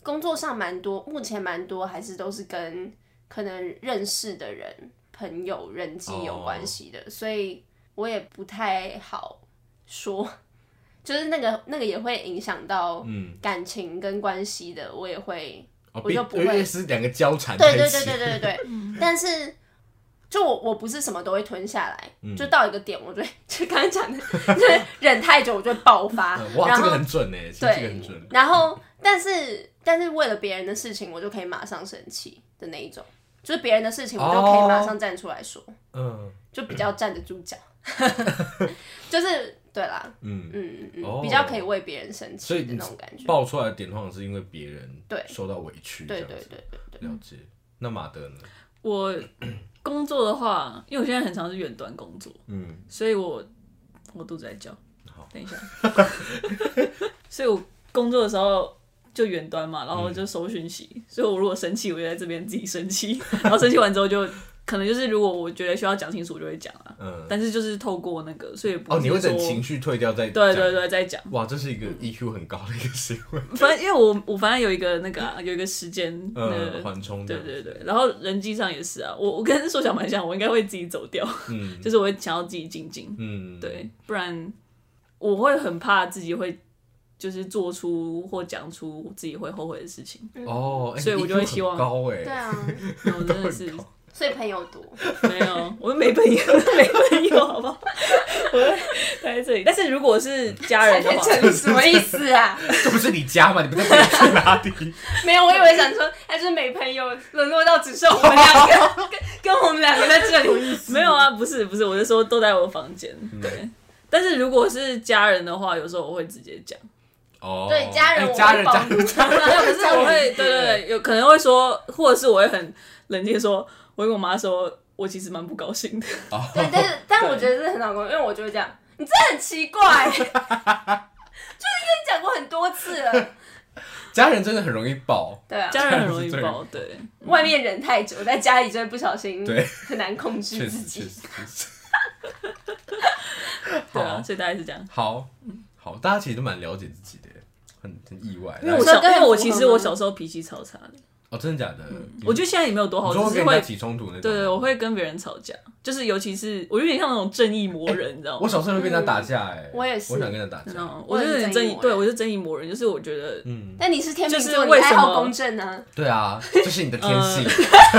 B: 工作上蛮多，目前蛮多还是都是跟可能认识的人、朋友、人际
A: 哦
B: 有关系的，所以我也不太好说， 就是那个那个也会影响到
A: 嗯，
B: 感情跟关系的，我也会
A: 哦，
B: 我
A: 毕
B: 就不
A: 因为
B: 会
A: 是两个交缠在
B: 对
A: 一
B: 对
A: 起
B: 对对对对对。但是，就我我不是什么都会吞下来，
A: 嗯
B: 就到一个点，我就会就刚才讲的，就是忍太久我就会爆发
A: 嗯，
B: 然
A: 哇，这个
B: 后
A: 很准呢，其实这个
B: 对
A: 很准，。
B: 然后但是但是为了别人的事情，我就可以马上生气的那一种，就是别人的事情我就可以马
A: 哦
B: 上站出来说，
A: 嗯
B: 就比较站得住脚， 就是对啦，
A: 嗯，
B: 嗯嗯
A: 哦
B: 嗯，比较可以为别人生
A: 所以
B: 气的
A: 你
B: 那种感觉。
A: 爆出来的点通常是因为别人
B: 嗯对
A: 受到委屈，
B: 对
A: 这
B: 对
A: 样子
B: 对对对，
A: 了解。那马德呢？
C: 我工作的话，因为我现在很常是远端工作，
A: 嗯，
C: 所以我我肚子在叫
A: 好，
C: 等一下， 所以我工作的时候就远端嘛，然后就收讯息，所以我如果生气，我就在这边自己生气，然后生气完之后就可能就是如果我觉得需要讲清楚，我就会讲啊，
A: 嗯
C: 但是就是透过那个，所以不
A: 哦，
C: 是
A: 你会等
C: 说
A: 情绪退掉再
C: 对
A: 讲
C: 对。对再讲，
A: 哇，这是一个 EQ 很高的一个行为，
C: 反正因为我我反正有一个那个、啊、有一个时间那
A: 嗯，
C: 个
A: 缓冲
C: 对
A: 的，
C: 对对，然后人际上也是啊，我我跟硕小蛮像，我应该会自己走掉，
A: 嗯
C: 就是我会想要自己静静，
A: 嗯，
C: 对，不然我会很怕自己会就是做出或讲出自己会后悔的事情。
A: 哦，哎
C: 所以我就
A: EQ
C: 会
A: 很
C: 希望
A: 高哎，
B: 对啊，
C: 然后我真 的是
B: 所以朋友多，
C: 没有，我没朋友， 没朋友，好不好？ 我会待在这里。但是如果是家 人的话，
B: 这什么意思啊？
A: 这不是你家吗？你们在这里去哪里？
B: 没有，我以为想说，他就是没朋友，沦落到只剩我们两个，跟跟我们两个在这里。
C: 没有啊，不是不是，我是说都在我房间。对，但是如果是家人的话，有时候我会直接 讲。
A: 哦，
B: 对家人
A: 哎
B: 我
A: 家人
B: 会
A: 家
B: 帮
A: 人家人，
C: 没有，可 是我会，对
A: 家
C: 对
A: 人
C: 对，有可能会说，或者是我会很冷静地说，我会跟我妈说，我其实蛮不高兴的。
B: 对，但是但我觉得这很好沟通，因为我就会这样，你真的很奇 怪，就是跟你讲过很多次了。
A: 家人真的很容易爆，
B: 对啊，
C: 家人很容易爆，对，
B: 外面忍太久，在家里就会不小心，
A: 对，
B: 很难控
A: 确
B: 制自
A: 实确
B: 己。
A: 实确实。
C: 对啊，
A: 好
C: 所以大概是这样。
A: 好好，大家其实都蛮了解自己的，很很意外。
C: 因为我
B: 所以
C: 小，
B: 跟
C: 因为我啊
B: 很符
C: 其
B: 合
C: 实我
B: 吗
C: 小时候脾气超差的，
A: 哦，真的假的？
C: 嗯我觉得现在也没有多
A: 你
C: 好，
A: 说会
C: 只是
A: 跟人家
C: 会，
A: 起冲突那种，
C: 对对，我。会跟别人吵架，就是尤其是我有点像那种正义魔人，你知道
A: 我
C: 吗？
A: 小时候会跟人家打架哎，
B: 我也是
A: 我想跟人家打架。
C: 嗯，我就是很正
B: 正义
C: 义，
B: 魔
C: 对
B: 人
C: 我是正义魔人，就是我觉得，
A: 嗯，
B: 但你是天秤
C: 就是
B: 座，你
C: 为什
B: 爱好
C: 么
B: 公正啊。
A: 对 啊，这是你的天性，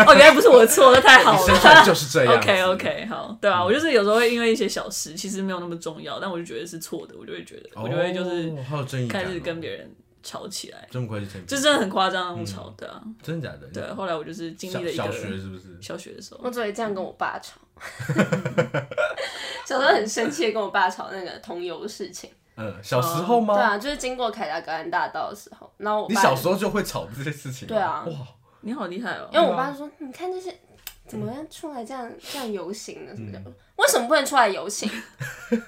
C: 哦，原来不是我的错，那太好
A: 你生
C: 了。
A: 出来就是这 样子。嗯
C: OK OK，好，对啊，我就是有时候会因为一些小事，其实没有那么重要，但我就觉得是错的，我就会觉得，
A: 哦
C: 我就会就是
A: 好有正义感
C: 开
A: 哦，
C: 始跟别人吵起来，
A: 真不愧是天秤，
C: 就真的很夸张，我吵的啊，
A: 真的假的？
C: 对啊，后来我就是经
A: 小
C: 历了一
A: 嗯小学嗯
C: 个
A: 是不是？
C: 小学的时候
B: 我，只会这样跟我爸 吵，小时候很生气地跟我爸吵那个同游事情。
A: 嗯，小时候吗？
B: 对啊，就是经过凯达格兰大道的时候，然后我
A: 你
B: 爸
A: 小时候就会吵这些事情吗？
B: 对啊
A: 哇，
C: 你好厉害哦，
B: 因为我爸说，你看这些怎么样出来这样这样游行呢？什么的， 为什么不能出来游行？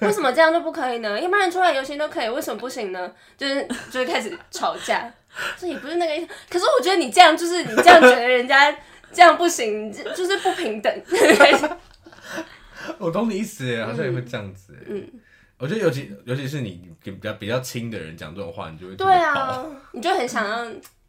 B: 为什么这样就不可以呢？一般人出来游行都可以，为什么不行呢？就是就是开始吵架，这也不是那个意思。可是我觉得你这样就是你这样觉得人家这样不行，你这就是不平等。
A: 我懂你意思耶，好像也会这样子。嗯，我觉得尤其尤其是你给比较比较亲的人讲这种话，你就会特
B: 对
A: 别
B: 啊
A: 爆，，
B: 你就很想要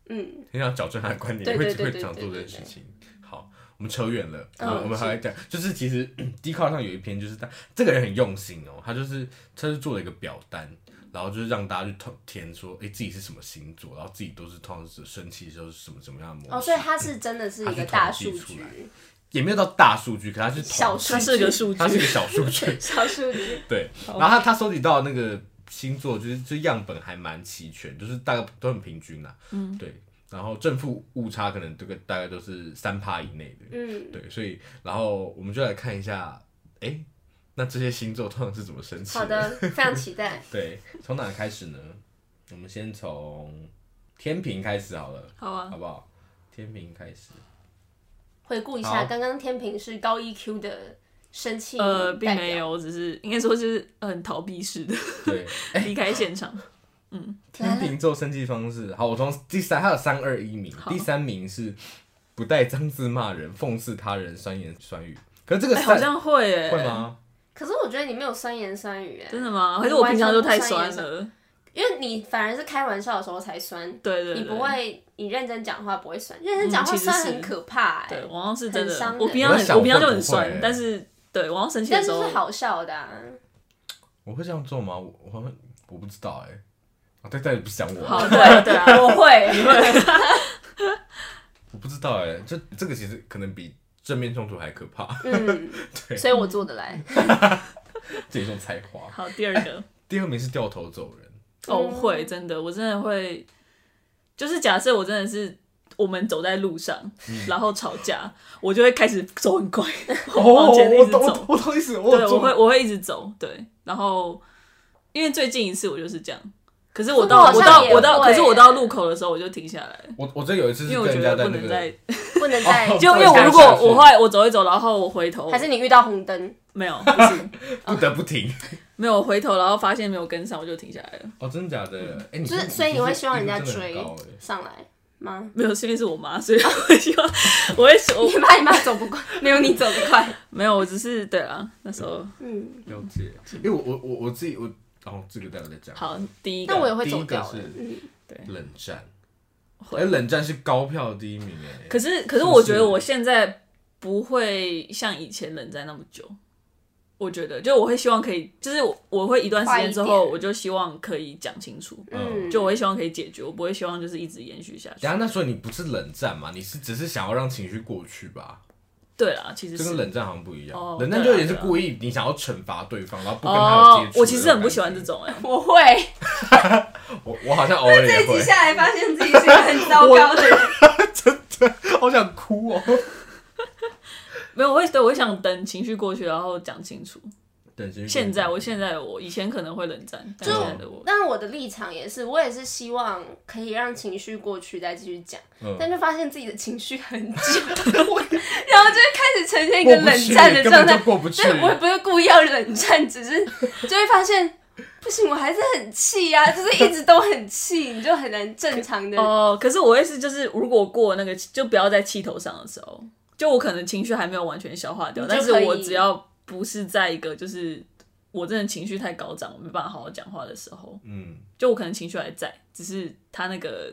B: 嗯，
A: 很想矫正他的观点，
B: 对
A: 会
B: 对
A: 会
B: 对
A: 想做这件
B: 对对
A: 事
B: 对
A: 情。好，我们扯远了，
B: 嗯
A: 啊我们还来讲，就是其实 d 靠上有一篇，就是他这个人很用心哦，他就是他是做了一个表单。然后就是让大家去通填说，哎、自己是什么星座，然后自己都是通常是生气的时候是什么什么样的模式，
B: 哦，所以他是真的是一个大
A: 他
B: 数
A: 是统计
B: 据
A: 出来，也没有到大数据，可他是统
B: 小
A: 计
B: 数
C: 它是个数据
A: 它，是 个小数据，
B: 小数据，
A: 对，然后他他收集到那个星座，就是就样本还蛮齐全，就是大概都很平均啦。嗯，对。然后正负误差可能这个大概都是三趴以内的。
B: 嗯，
A: 对，所以然后我们就来看一下，哎，那这些星座通常是怎么生气
B: 好的，非常期待。
A: 对，从哪开始呢？我们先从天平开始好了，
C: 好啊，
A: 好不好？天平开始，
B: 回顾一
A: 好
B: 下，刚刚天平是高 EQ 的生气，
C: 呃，并没。有，我只是应该说就是很逃避 式的
A: 对，
C: 离开 现场，
A: 天秤座生气方式，好，我从第三，还有三二一名，第三名是不带脏字骂人、讽刺他人、酸言酸语。可是这个
C: 哎，好
A: 三、
C: 像会哎，
A: 会？吗？
B: 可是我觉得你没有酸言酸语哎，
C: 真的吗？还是我平常就太酸了？
B: 因为你反而是开玩笑的时候才酸，
C: 对对，对
B: 你不。会，你认真讲话不会酸，认真讲话
C: 嗯其实
B: 酸
C: 是
B: 很可怕哎
C: 对，，我好像是真
B: 很伤
C: 的，
B: 人
C: 我平常
A: 我在
C: 很
A: 想
C: 我平常就
A: 会
C: 很
A: 不会
C: 酸
A: 欸，
C: 但是对我要生气的
B: 但是
C: 时候
B: 是，好笑的啊，
A: 我会这样做吗？我我好像我不知道哎、啊，对，再也不想我
B: 哦
A: 啊，
C: 好对对啊，
B: 我会， 你会，
A: 我不知道哎、这这个其实可能比正面冲突还可怕，
B: 嗯，所以我做得来，
A: 这一种才华。
C: 好，第二个，
B: 哦
A: 第二名是掉头走人，
B: 嗯
C: 哦，我会真的，我真的会，就是假设我真的是我们走在路上，
A: 嗯
C: 然后吵架，我就会开始走很快，往哦前一
A: 哦我
C: 直
A: 懂，我
C: 走
A: 懂，。我懂意思。我
C: 对，
A: 有
C: 我
A: 中
C: 会我会一直走，对。然后因为最近一次我就是这样，可是
B: 可
C: 我
B: 是
C: 到
B: 我好
C: 我
B: 像
C: 到
B: 也
C: 我到，
B: 会欸
C: 可是我
B: 耶
C: 到路口的时候我就停下来了，
A: 我我这有一次
C: 因
A: 是
C: 为我
A: 跟
C: 觉
A: 人家在
C: 得不
A: 那个，
C: 能再，
B: 不能再
A: 哦，
C: 就因为
A: 不
C: 我
A: 能再
C: 如果
A: 下去
C: 我后来我走一走，然后我回头
B: 还是你遇到红灯，
C: 没有，不啊是
A: 不得不停。
C: 没有我回头，然后发现没有跟上，我就停下来了。
A: 哦，真的假的？哎、你
B: 就是
A: 这
B: 所以你会希望人家
A: 这
B: 追
A: 真的很高哎
B: 上来吗？
C: 没有，是因为是我妈，所以我希望我会我
B: 你怕你妈走不快，哦没有你走得快。
C: 没有，我只是对啊，那时候
B: 嗯，
A: 了解，因为我我我我自己我哦，这个待会再讲。
C: 好第一
B: 但我
C: 个，
B: 也会走掉
A: 第一个是
B: 嗯
C: 对
A: 冷战，
C: 会
A: 哎，冷战是高票第一名哎。
C: 可是可
A: 是
C: 是
A: 不
C: 我觉得
A: 是
C: 我现在不会像以前冷战那么久。我觉得，就我会希望可以，就是我我会一段时
B: 快一
C: 间之后，
B: 点
C: 我就希望可以讲清楚，
B: 嗯，
C: 就我会希望可以解决，我不会希望就是一直延续下去
A: 等一。下那时候你不是冷战嘛？你是只是想要让情绪过去吧？
C: 对啦，其实
A: 这
C: 是
A: 跟冷战好像不一样。
C: 哦
A: 冷战就有点是故意，你想要惩罚对方，然后不跟他有
C: 哦
A: 接，触。
C: 我其实很不喜欢这。种哎、
B: 我会。
A: 我我好像偶尔
B: 这
A: 也
B: 一集
A: 会，
B: 下来，发现自己是一个很糟糕的人。
A: 好想哭哦。
C: 没有，我会对我会想等情绪过去，然后讲清楚。
A: 等情绪过去
C: 现在我现在我以前可能会冷战，
A: 嗯
C: 但
A: 就
C: 现在的我
B: 但 我的立场也是，我也是希望可以让情绪过去再继续讲，
A: 嗯
B: 但就发现自己的情绪很久，我然后就会开始呈现一个冷战的
A: 过不去
B: 状
A: 根本就。过不去。
B: 态 对，我也不是故意要冷战，只是就会发现不行，我还是很气呀、就是一直都很气，你就很难正常的。
C: 哦，可是我会是就是，如果过那个就不要在气头上的时候，就我可能情绪还没有完全消化掉，
B: 你就
C: 但是
B: 可以
C: 我只要不是在一个就是我真的情绪太高涨，我没办法好好讲话的时候，
A: 嗯
C: 就我可能情绪还在，只是他那个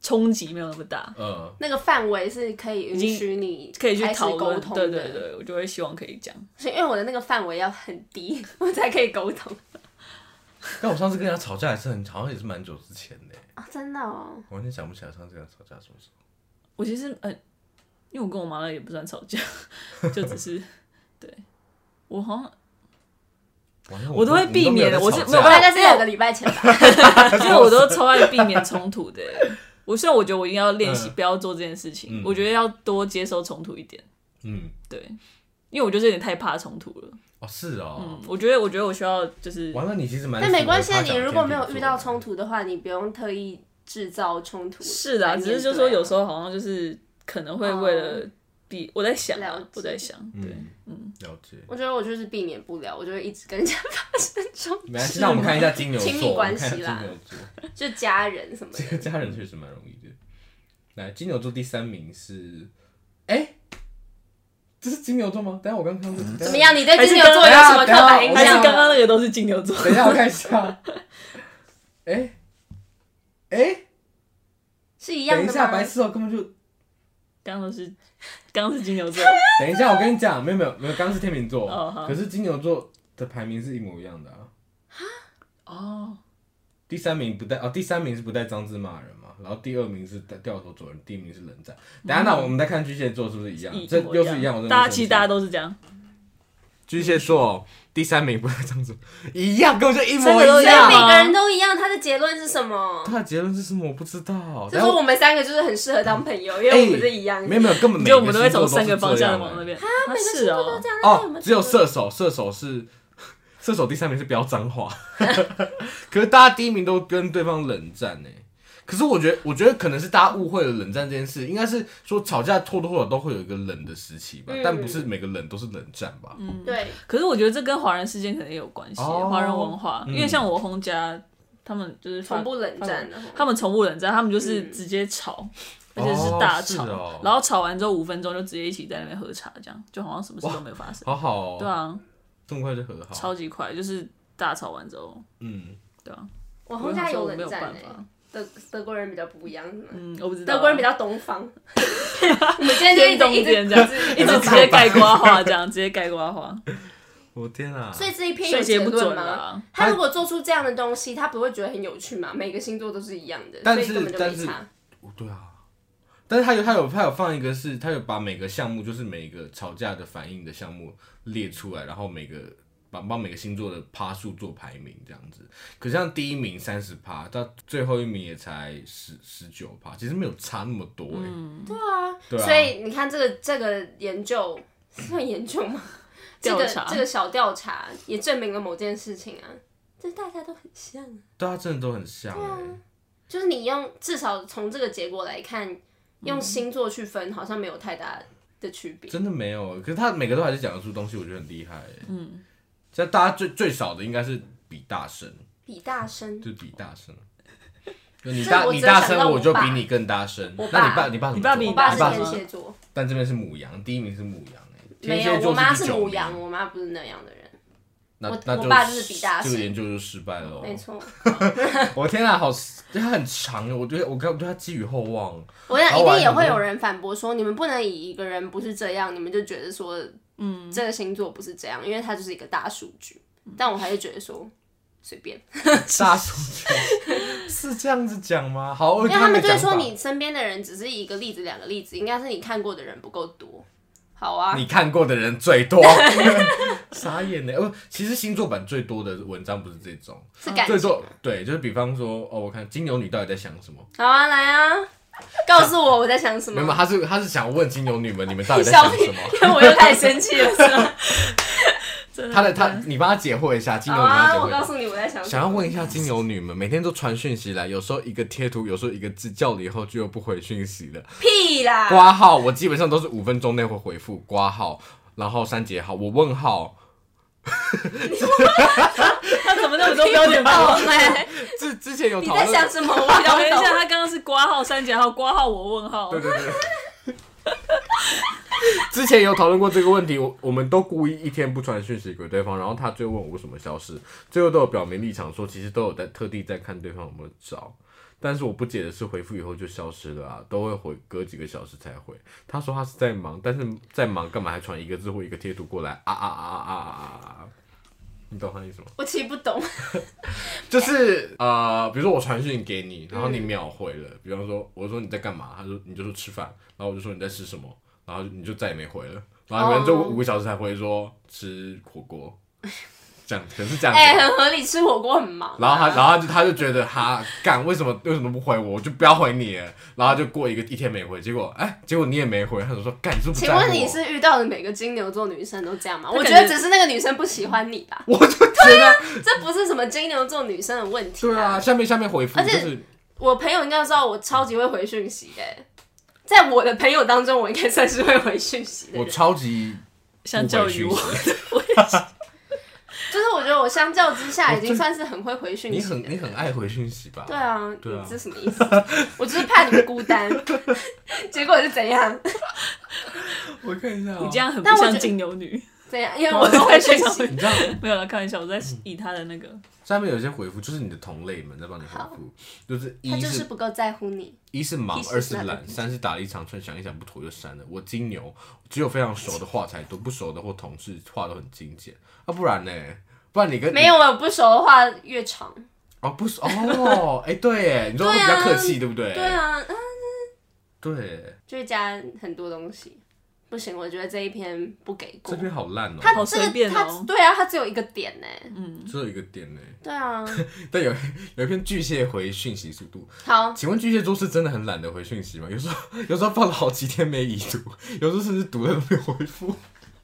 C: 冲击没有那么大，
A: 嗯，
B: 那个范围是可以允许你
C: 可以去
B: 开始
C: 讨
B: 沟
C: 论。
B: 通的，
C: 对对对，我就会希望可以讲。
B: 所以因为我的那个范围要很低， 我才可以沟通
A: 但我上次跟人家吵架也是很，好像也是蛮久之前的，欸
B: 啊、真的哦，
A: 我完全想不起来上次跟他吵架什么时候。
C: 我其实呃，因为我跟我妈也不算吵架， 就只是对我好像
A: 完了
C: 我都会避免
A: 我
C: 我
A: 都
C: 是
A: 没有在吵架
C: 没有办法
B: 大概是两个礼拜前吧。
C: 因为我都超爱避免冲突的欸。我虽然我觉得我一定要练习
A: 嗯
C: 不要做这件事情，
A: 嗯
C: 我觉得要多接受冲突一点，
A: 嗯，
C: 对，因为我就是有点太怕冲突了。
A: 哦是哦，
C: 嗯，我觉得我觉得我需要就是
A: 完了你其实蛮。
B: 但没关系，啊你如果没有遇到冲，突的话，你不用特意制造冲突。
C: 是的、啊，只是就说有时候好像就是可能会为了避，我在想
B: 哦了
C: 啊
B: 解，
C: 我在想，对，
A: 嗯嗯，了解。
B: 我觉得我就是避免不了，我就会一直跟人家发生冲突，
A: 没关系，那我们看一下金牛座，
B: 亲密关系啦
A: 我们看一下金牛座，
B: 就家人什么
A: 这
C: 啊
B: 的。
A: 个家人确实蛮容易的。来，金牛座第三名是，哎、这是金牛座吗？等一下我刚看过，怎
B: 嗯怎么？样？你对金牛座有什么刻板印
A: 还
C: 还是
B: 象
C: 刚刚
B: 吗？
C: 那个都是金牛座，
A: 等一下我看一下。 哎、哎、
B: 是一样
A: 等一
B: 的
A: 下，
B: 吗？
A: 白痴哦、根本就。
C: 刚刚都是刚刚是金 牛座，
A: 等一下，我跟你讲，没有没有没有，刚刚是天秤座，
C: 哦好
A: 可是金牛座的排名是一模一样的啊。
C: 哦，
A: 第三名不带哦，第三名是不带脏字骂人嘛，然后第二名是带掉头走人，第一名是冷战。等一下，那我们再看巨蟹座是不是一样？
C: 一
A: 这
C: 模
A: 又是一样，我真的
C: 大家
A: 生
C: 其实
A: 气
C: 大家都是这样，
A: 巨蟹座第三名不带脏字，一样，根本就一
C: 真
A: 模
C: 的都
A: 一
B: 所以
C: 一样
A: 样。
B: 每个人都一样，他的结论是什么？
A: 他的结论是什么？我不知道。
B: 就
A: 等一
B: 说
A: 下
B: 我们三个就是很适合当朋友，因为我们是一样。
A: 没有没有，根本
C: 你
A: 每
C: 觉得我
A: 个
C: 们都会
A: 星座
C: 从三
A: 是
C: 个方
A: 这
C: 向
A: 样
C: 往
A: 欸
C: 那边，啊是
B: 都
C: 哦
B: 这，样哎啊
A: 哦，只有射手，射手是 射手第三名是飙脏话， 可是大家第一名都跟对方冷战呢。欸可是我觉得，我觉得可能是大家误会了冷战这件事，应该是说吵架或多或少都会有一个冷的时期吧，
B: 嗯
A: 但不是每个冷都是冷战吧？
B: 对，
C: 可是我觉得这跟华人事件可能也有关系，
A: 哦
C: 华、人文化，
A: 嗯
C: 因为像我轰家，他们就是发
B: 从不冷战啊的。
C: 他们从不冷战，他们就是
B: 嗯
C: 直接吵，而且是大吵，
A: 哦是哦
C: 然后吵完之后五分钟就直接一起在那边喝茶，这样就好像什么事都没有发生。
A: 好好、哦，
C: 对啊，
A: 这么快就和好，
C: 超级快，就是大吵完之后，
A: 嗯，
C: 对啊，
B: 我
C: 我
B: 轰
C: 想
B: 家
C: 说
B: 有
C: 我没
B: 冷
C: 有
B: 战
C: 办
B: 诶、
C: 法，
B: 德德国人比较不一样，是吗
C: 嗯，我不知道啊、
B: 德国人比较东方。 我们今天就
C: 偏
B: 一
C: 东
B: 直一直
C: 边这样，一直直接盖瓜话这样， 直接盖瓜话，
A: 我天啊！
B: 所以这一篇 有
C: 睡
B: 结
C: 结不
B: 论
C: 准啊
B: 吗？
C: 啦。
B: 他如果做出这样的东西，他不会觉得很有趣吗？每个星座都是一样的，
A: 但
B: 所以
A: 是
B: 根本就
A: 但
B: 没
A: 是
B: 差。
A: 对啊，但是他有他有他有放一个是，他有把每个项目就是每个吵架的反应的项目列出来，然后每个帮帮每个星座的趴数做排名这样子。可是像第一名三十趴，到最后一名也才十十九趴，其实没有差那么多哎、
B: 对啊，
A: 对啊
B: 所以你看这个这个研究算研究吗？这个
C: 调查
B: 这个小调查也证明了某件事情啊，这大家都很像啊，
A: 大家真的都很像哎、
B: 就是你用至少从这个结果来看，用星座去分好像没有太大的区别。
A: 真的没有。可是他每个都还是讲得出东西，我觉得很厉害哎、嗯，像大家最最少的应该是比大声，
B: 比大声，
A: 就是比大 声。就你
B: 这
A: 大
B: 我
A: 你
B: 只能
A: 大
B: 想到
A: 声，
B: 我
A: 我就
B: 爸
A: 比你更大声。那
B: 我
A: 你
B: 爸
A: 爸你爸怎么
C: 你
A: 做
C: 爸比
B: 我
C: 你
B: 爸
C: 大
B: 是天
C: 声吗
B: 蝎座，
A: 但这边是母羊，第一名是母羊、欸，
B: 没
A: 天
B: 有
A: 蝎，
B: 我
A: 座
B: 妈
A: 是
B: 是
A: 第九
B: 母
A: 名
B: 羊，我妈不是那样的人，
A: 那
B: 我
A: 那就
B: 我爸就是比大
A: 这
B: 神
A: 个研究就失败了哦。
B: 没错。
A: 我天啊，好，它很长，哦我对我刚我对它寄予厚 望。
B: 我想
A: 然后
B: 一定
A: 玩
B: 也
A: 很
B: 会
A: 多
B: 有人反驳说，你们不能以一个人不是这样，你们就觉得说，嗯，这个星座不是这样，因为它就是一个大数据。但我还是觉得说，随便，
A: 大数据是这样子讲吗？好，我
B: 因为他们就会说
A: 看你的讲
B: 你身边的人只是一个例子、两个例子，应该是你看过的人不够多。好啊
A: 法，你看过的人最 多， 傻眼呢。哦，其实星座版最多的文章不是这种，
B: 是感
A: 最
B: 情。
A: 多对，就是比方说，哦，我看金牛女到底在想什么？
B: 好啊，来啊，告诉我我在想什
A: 没
B: 么
A: 有，。他是他是想问金牛女们，你们到底
B: 你
A: 在
B: 笑
A: 想
B: 屁
A: 什 么？，
B: 因为我又开始生气了，是吗？
C: 真
A: 他的他， 你帮他解惑一下，金
B: 好
A: 牛女帮他解
B: 啊，
A: 惑
B: 我
A: 一下
B: 告。诉你我在想什
A: 想
B: 么。
A: 要问一下金牛女们，每天都传讯息来，有时候一个贴图，有时候一个字，叫了以后就又不回讯息了。
B: 屁啦！
A: 挂号，我基本上都是五分钟内会回复挂号，然后删节号，我问号，
C: 他怎么那么多 标点符号？
B: 对，
A: 之之前有
B: 你
A: 讨
B: 在想
A: 论，
B: 什么？我不
C: 等一
B: 懂
C: 下，。他刚刚是挂号删减号，挂号我问号
A: 对，对对。 之前有讨论过这个问题，我我们都故意一天不传讯息给对方，然后他最后问我为什么消失，最后都有表明立场说其实都有在特地在看对方有没有找，但是我不解的是回复以后就消失了啊，都会回隔几个小时才回。他说他是在忙，但是在忙干嘛还传一个字或一个贴图过来啊啊啊啊啊啊啊啊！你懂他意思吗？
B: 我其实不 懂。
A: 就是呃，比如说我传讯给你，然后你秒回了，比方说我说你在干嘛，他说你就说吃饭，然后我就说你在吃什么，然后你就再也没回了，然后可能就
B: 哦
A: 五个小时才回说吃火锅，这样可能是这样
B: 哎、
A: 子。
B: 很合理，吃火锅很忙啊、
A: 然后他，然后他就他就觉得哈干，为什么为什么不回我？我就不要回你了。然后他就过一个一天没回，结果哎，结果你也没回，他就说干，你是不是不
B: 请
A: 在乎
B: 问
A: 我
B: 你是遇到的每个金牛座女生都这样吗？
C: 那
B: 我觉
C: 感
B: 得
C: 觉
B: 只是那个女生不喜欢你吧， 啊
A: 我就觉得
B: 这不是什么金牛座女生的问题、
A: 对啊，下面下面回复
B: 而
A: 就
B: 且
A: 是
B: 我朋友应该知道我超级会回讯息的、在我的朋友当中，我应该算是会回讯息的
A: 我
B: 人。
A: 超级
C: 像
A: 不
C: 教
A: 回
C: 育
A: 讯
C: 我。
A: 息
B: 就是我觉得我相较之下已经算是很会回讯
A: 你
B: 息的
A: 很
B: 人。
A: 你很爱回讯息吧？
B: 对啊，
A: 对啊
B: 你这什么意思？我就是怕你们孤 单，结果是怎样？
A: 我看一下、啊
C: 你这，样很不
B: 但我觉
C: 像
B: 得
C: 金牛女，
B: 怎样？因为我都会讯息。
A: 你知道
C: 没有了，开玩笑，我在以他的那个，
A: 下面有一些回复，就是你的同类们在帮你回复，就是
B: 他
A: 一
B: 就是不够在乎你，
A: 一是忙
B: 一，是
A: 二是
B: 懒
A: 懒，三是打了一长串，想一想不妥就删了。我金牛，只有非常熟的话才多，不熟的或同事话都很精简，啊，不然呢？不然你跟
B: 没有我不熟的话越长。
A: 哦，不熟哦，哎、对耶，你说我比较客气，对不对？
B: 啊对啊，
A: 对，
B: 就是加很多东西。不行，我觉得这一篇不给过
A: 这。篇好烂哦、
B: 他
C: 好
B: 这个
C: 随便
B: 他
C: 哦
B: 对啊，他只有一个点呢。
A: 只有一个点呢。
B: 对啊，
A: 但有有一篇巨蟹回讯息速度，
B: 好，
A: 请问巨蟹座是真的很懒得回讯息吗？有时候 有时候放了好几天没已读，有时候甚至读了都没有回复。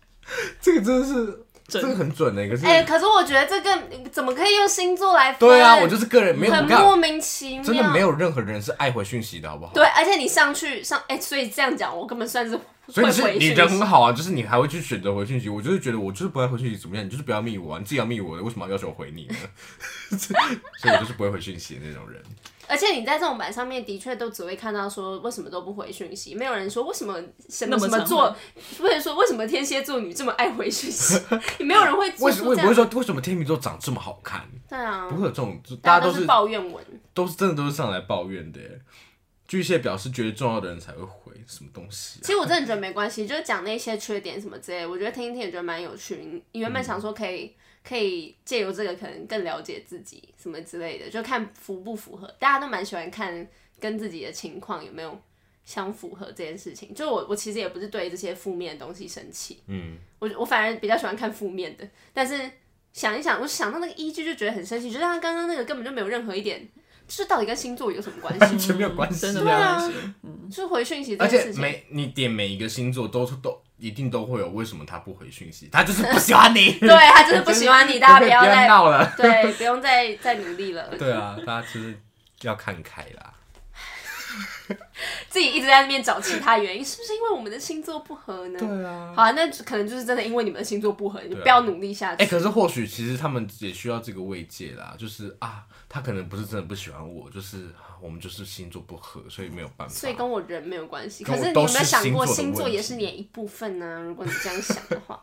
A: 这个真的是，这
C: 准
A: 个很准呢、欸可是，
B: 哎，可是我觉得这个怎么可以用星座来分？
A: 对啊，我就是个人没有，我
B: 很
A: 跟你讲
B: 莫名其妙，
A: 真的没。有任何人是爱回讯息的，好不好？
B: 对，，而且你上去上，哎，所以这样讲，我根本算是
A: 所以
B: 会
A: 你是
B: 回
A: 你
B: 讯
A: 人很
B: 息。
A: 好啊，就是你还会去选择回讯息。我就是觉得我就是不爱回讯息，怎么样？你就是不要密我、啊，你自己要密我的，为什么要要求我回你呢？ 所以我就是不会回讯息的那种人。
B: 而且你在这种版上面的确都只会看到说为什么都不回讯息，没有人说为什么什么
C: 那
B: 什
C: 么
B: 么
C: 常
B: 座，或者说为什么天蝎座女这么爱回讯息， 也没有人会做
A: 为什
B: 出
A: 我
B: 这
A: 也不会
B: 样。
A: 说为什么天秤座长这么好看，
B: 对啊
A: 不，会有这种，就大
B: 大
A: 家都
B: 是
A: 是
B: 抱 怨文。
A: 都是真的都是上来抱怨的耶。巨蟹表示觉得重要的人才会回，什么东西、啊
B: 其？实我真的觉得没关系，就是讲那些缺点什么之类的，我觉得听一听也觉得蛮有趣。你你原本想说可以可以借由这个可能更了解自己什么之类的，就看符不符合。大家都蛮喜欢看跟自己的情况有没有相符合这件事情。就我我其实也不是对这些负面的东西生气，
A: 嗯，
B: 我我反而比较喜欢看负面的，但是想一想，我想到那个依据就觉得很生气，就是他刚刚那个根本就没有任何一点，就是到底跟星座有什么关
A: 完
B: 系？
A: 全没有关系，
C: 真的
B: 对
C: 没有
B: 啊
C: 关系，
B: 就是回讯息这
A: 而
B: 件
A: 且
B: 事情，
A: 每你点每一个星座都都一定都会有为什么他不回讯息，他就是不喜欢你，
B: 对他就是不 喜欢你，大家不
A: 不
B: 要再
A: 闹了。
B: 对，不用再再努力了，
A: 对啊，大家就是要看开啦。
B: 自己一直在那边找其他原因，是不是因为我们的星座不合呢？
A: 啊。
B: 好、啊，那可能就是真的因为你们的星座不合，你就
A: 对啊
B: 不要努力下去。
A: 哎、可是或许其实他们也需要这个慰藉啦，就是啊，他可能不是真的不喜欢我，就是啊我们就是星座不合，所以没有办法。
B: 所以跟我人没有关系。
A: 跟
B: 可
A: 我
B: 是你有
A: 都
B: 没
A: 是
B: 有想
A: 星
B: 过，
A: 座的
B: 星座
A: 问
B: 也
A: 题
B: 是你的一部分呢、如果你这样想的话，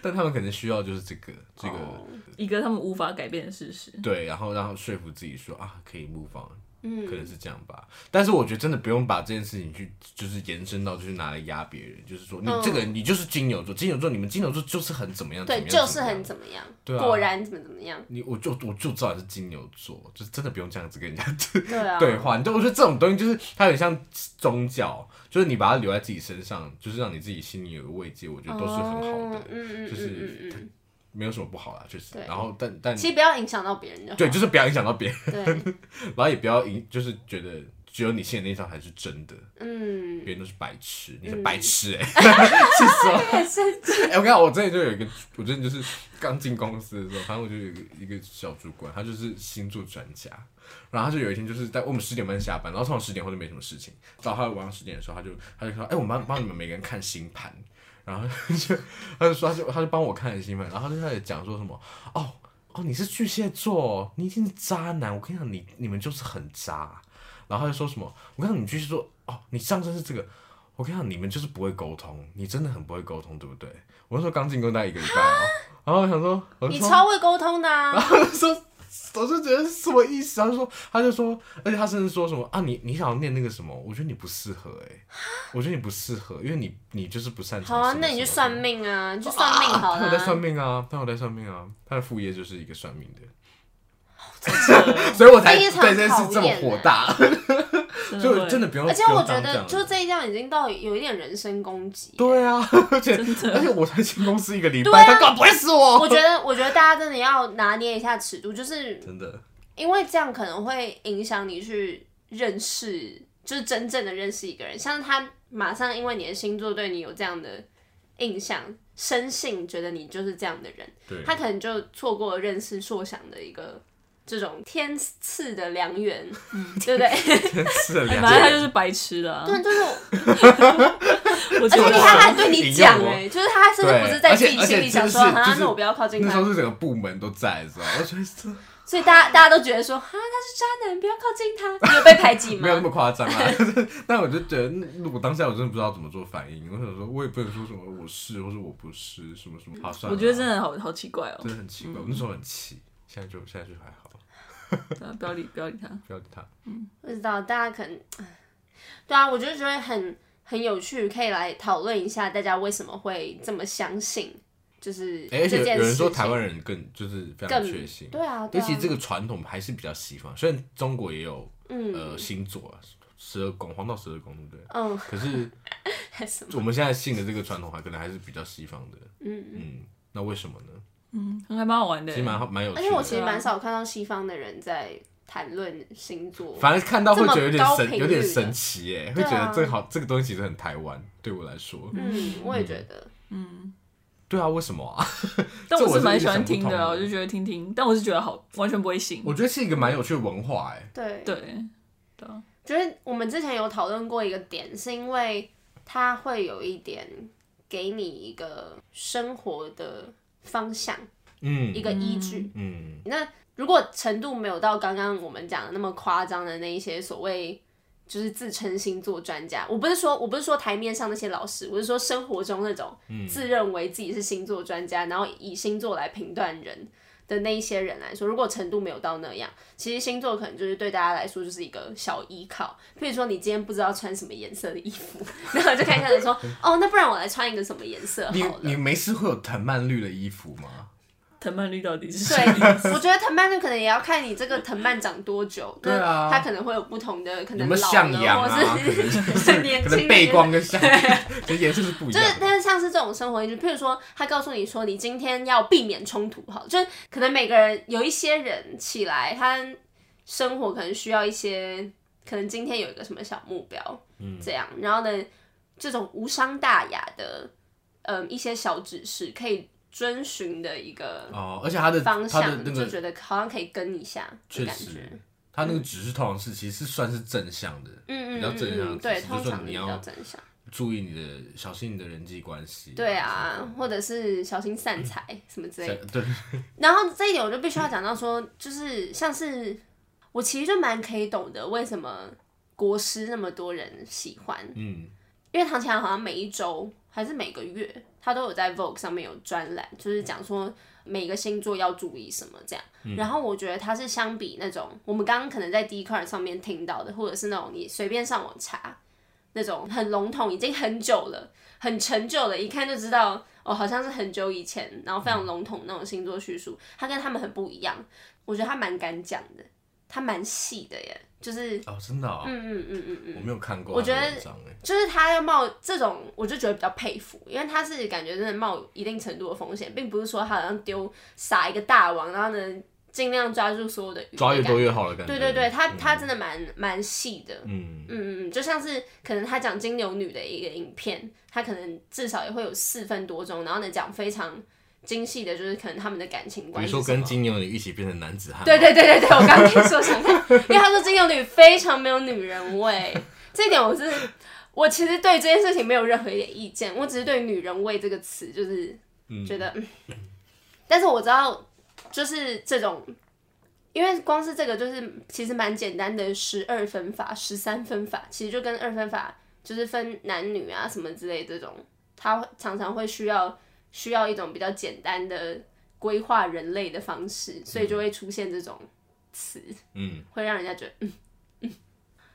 A: 但他们可能需要就是这个 这个、
B: 哦
C: 一个他们无法改变的事实。
A: 对，然后让说服自己说啊，可以 move on，
B: 嗯
A: 可能是这样吧。但是我觉得真的不用把这件事情去就是延伸到就是拿来压别人，就是说你
B: 嗯
A: 这个人你就是金牛座，金牛座你们金牛座就是很怎么样，
B: 对，
A: 怎么
B: 就
A: 样
B: 是
A: 怎么
B: 很
A: 样
B: 怎么样，
A: 对啊
B: 果然怎么怎么样，
A: 你我就我就知道你是金牛座，就是真的不用这样子跟人家
B: 对啊，
A: 对话。你知道，我觉得这种东西就是它有点像宗教，就是你把它留在自己身上，就是让你自己心里有个慰藉，我觉得都是很好的，
B: 哦嗯嗯嗯
A: 就是
B: 嗯嗯嗯，
A: 没有什么不好啦，确实。
B: 对
A: 然后但但
B: 其实不要影响到别人就好。
A: 对，就是不要影响到别人，
B: 对，
A: 然后也不要影，就是觉得只有你信的那一套才是真的，
B: 嗯，
A: 别人都是白痴，你是
B: 嗯
A: 白痴哎、欸， 气死我！
B: 太 生气。
A: 哎、我跟你讲，我之前就有一个，我之前就是刚进公司的时候，反正我就有一个一个小主管，他就是星座专家。然后他就有一天就是在我们十点半下班，然后通常十点后就没什么事情，到他晚上十点的时候，他就他就说：“哎、我帮帮你们每个人看星盘。”然后他就他就说他就他就帮我看了星盘，然后他就开始讲说什么哦哦你是巨蟹座哦，你已经是渣男，我跟你讲你你们就是很渣。啊然后他就说什么我跟你讲你巨蟹座哦你上升是这个，我跟你讲你们就是不会沟通，你真的很不会沟通，对不对？我那时候刚进工大概一个礼拜哦，然后我想说我就
B: 你
A: 说
B: 超会沟通的、啊，
A: 他就说，我就觉得是什么意思？他就说，他就说，而且他甚至说什么啊，你你想要念那个什么？我觉得你不适合哎、我觉得你不适合，因为你你就是不擅长什
B: 好
A: 么。
B: 啊，那你就算
A: 什么
B: 命啊，你就算命好
A: 他有在算
B: 了。
A: 命啊，他有在算命啊，他的副业就是一个算命的，所以我才
B: 非
A: 对这件
B: 常讨厌
A: 事这么火大，所
C: 真
A: 以我
C: 会
A: 真的不用。
B: 而且我
A: 不
B: 觉
A: 用当这
B: 得，
A: 样
B: 就这一样已经到有一点人身攻击。
A: 对 啊，而且
C: 真的
A: 而且我才进公司一个礼
B: 对啊
A: 拜，他根本不会死我。
B: 我觉得，我觉得大家真的要拿捏一下尺度，就是
A: 真的，
B: 因为这样可能会影响你去认识，就是真正的认识一个人。像他马上因为你的星座对你有这样的印象，深信觉得你就是这样的人，
A: 对
B: 他可能就错过了认识硕想的一个这种天赐的良缘，对不对？
A: 是的，
C: 哎反正他就是白痴的、啊。
B: 对， 就是我，
C: 我觉
B: 而且
C: 得
B: 他还对你讲
A: 引诱我
B: 哎、就是他甚至不是在自己
A: 对而且
B: 心里想说，
A: 而且就是
B: 啊，
A: 就是
B: 那我不要靠近
A: 那时
B: 他
A: 候，是整个部门都在，你知道吗？我觉得这
B: 所以大家大家都觉得说，哈，他是渣男，不要靠近他，你有被排 挤
A: 没有那
B: 吗？
A: 么夸张啊，但我就觉得，那我当下我真的不知道怎么做反应。我想说，我也不能说什么我是或者我不是什么什么。好，算了。啊
C: 我觉得真的好好奇怪哦
A: 真。的很奇怪，我那时候很气，现在就现在就还好，
C: 对啊不要理不要理他。
A: 不要理他。
B: 不知道大家可能，嗯对啊，我就觉得很很有趣，可以来讨论一下大家为什么会这么相信，就是
A: 哎，而
B: 这
A: 且
B: 件事情。
A: 有人说台湾人更就是非常确信
B: 更，对啊，对
A: 尤
B: 啊
A: 其这个传统还是比较西方，虽然中国也有
B: 嗯
A: 呃星座啊，十二宫，黄道十二宫，对 不对？
B: 嗯，
A: 可是
B: 还是什么
A: 我们现在信的这个传统还可能还是比较西方的，
B: 嗯。
A: 嗯，那为什么呢？
C: 嗯，还蛮好玩的
A: 其。实蛮好蛮有趣啊
B: 而
A: 的。
B: 且我其实蛮少看到西方的人在谈论星座，
A: 反而看到会觉得有
B: 这么
A: 点
B: 高
A: 神，
B: 频率
A: 有
B: 的
A: 点神奇耶，会
B: 对啊
A: 觉得这个好，这个东西其实很台湾，对我来说。
B: 嗯，我也觉得，
A: 对啊，为什么啊？
C: 但我
A: 这我
C: 是
A: 是
C: 蛮喜欢听的
A: 想不
C: 啊，
A: 通的
C: 我就觉得听听，但我是觉得好完全不会信。
A: 我觉得是一个蛮有趣的文化哎。
B: 对，
C: 对对啊，
B: 觉得我们之前有讨论过一个点，是因为它会有一点给你一个生活的方向，一
A: 嗯
B: 个依据，
A: 嗯，
B: 那如果程度没有到刚刚我们讲的那么夸张的那一些所谓就是自称星座专家，我不是说我不是说台面上那些老师，我是说生活中那种
A: 嗯
B: 自认为自己是星座专家，然后以星座来评断人的那一些人来说，如果程度没有到那样，其实星座可能就是对大家来说就是一个小依靠。譬如说你今天不知道穿什么颜色的衣服， 然后就看看你说，哦，那不然我来穿一个什么颜色
A: 你
B: 好了。
A: 你没事会有藤蔓绿的衣服吗？
C: 藤蔓绿到底是谁？
B: 对，我觉得藤蔓绿可能也要看你这个藤蔓长多久，
A: 对啊
B: 那它可能会有不同的，可
A: 有
B: 能
A: 没有
B: 老
A: 向阳
B: 了，
A: 啊？
B: 或
A: 可
B: 是
A: 能就
B: 是
A: 是
B: 年
A: 可能
B: 轻的
A: 背
B: 人
A: 光跟向 阳，就颜色是不一
B: 就是，
A: 样的。
B: 但是像是这种生活意志，譬如说，他告诉你说，你今天要避免冲突，哈，就是可能每个人有一些人起来，他生活可能需要一些，可能今天有一个什么小目标，嗯，这样，然后呢，这种无伤大雅的，嗯，一些小指示可以遵循的一个
A: 哦，而且它的
B: 方
A: 它的
B: 向，
A: 那
B: 就
A: 个
B: 觉得嗯好像可以跟一下的
A: 确
B: 感
A: 实
B: 觉，，
A: 它那个指示通常是其实是算是正向的，比
B: 嗯嗯
A: 较
B: 嗯
A: 正向
B: 嗯，
A: 的
B: 嗯
A: 指
B: 对，
A: 示，就
B: 通
A: 是说
B: 常
A: 你
B: 比较
A: 要
B: 正向，
A: 注意你的小心你的人际关系。
B: 对啊，或者是小心散财 什么之类的
A: 对。对，
B: 然后这一点我就必须要讲到说，就是像是我其实就蛮可以懂得为什么国师那么多人喜欢，
A: 嗯，
B: 因为唐启阳好像每一周还是每个月，他都有在 Vogue 上面有专栏，就是讲说每个星座要注意什么这样。然后我觉得它是相比那种我们刚刚可能在 d c a r d 上面听到的，或者是那种你随便上网查那种很笼统，已经很久了、很陈旧了，一看就知道哦，好像是很久以前，然后非常笼统那种星座叙述，它跟他们很不一样。我觉得他蛮敢讲的，他蛮细的耶，就是
A: 哦，真的哦，
B: 嗯嗯嗯嗯嗯
A: 我。没有看过
B: 我
A: 它的
B: 觉得
A: 文章哎，
B: 就是他要冒这种，我就觉得比较佩服，因为他是感觉真的冒一定程度的风险，并不是说他好像丢撒一个大网，然后呢尽量抓住所有的鱼，
A: 抓越多越好的感觉。
B: 对对对，他他真的蛮蛮细的，
A: 嗯，
B: 嗯嗯，嗯，就像是可能他讲金牛女的一个影片，他可能至少也会有四分多钟，然后呢讲非常精细的，就是可能他们的感情
A: 比
B: 关
A: 如
B: 系
A: 说
B: 什
A: 跟
B: 么。
A: 金牛女一起变成男子汉，
B: 对对对对对，我刚刚跟你说想看， 因为他说金牛女非常没有女人味，这一点我是我其实对这件事情没有任何一点意见，我只是对“女人味”这个词就是觉得，嗯但是我知道就是这种。因为光是这个就是其实蛮简单的十二分法、十三分法，其实就跟二分法就是分男女啊什么之类这种，它常常会需要需要一种比较简单的规划人类的方式，所以就会出现这种词，
A: 嗯，
B: 会让人家觉得，嗯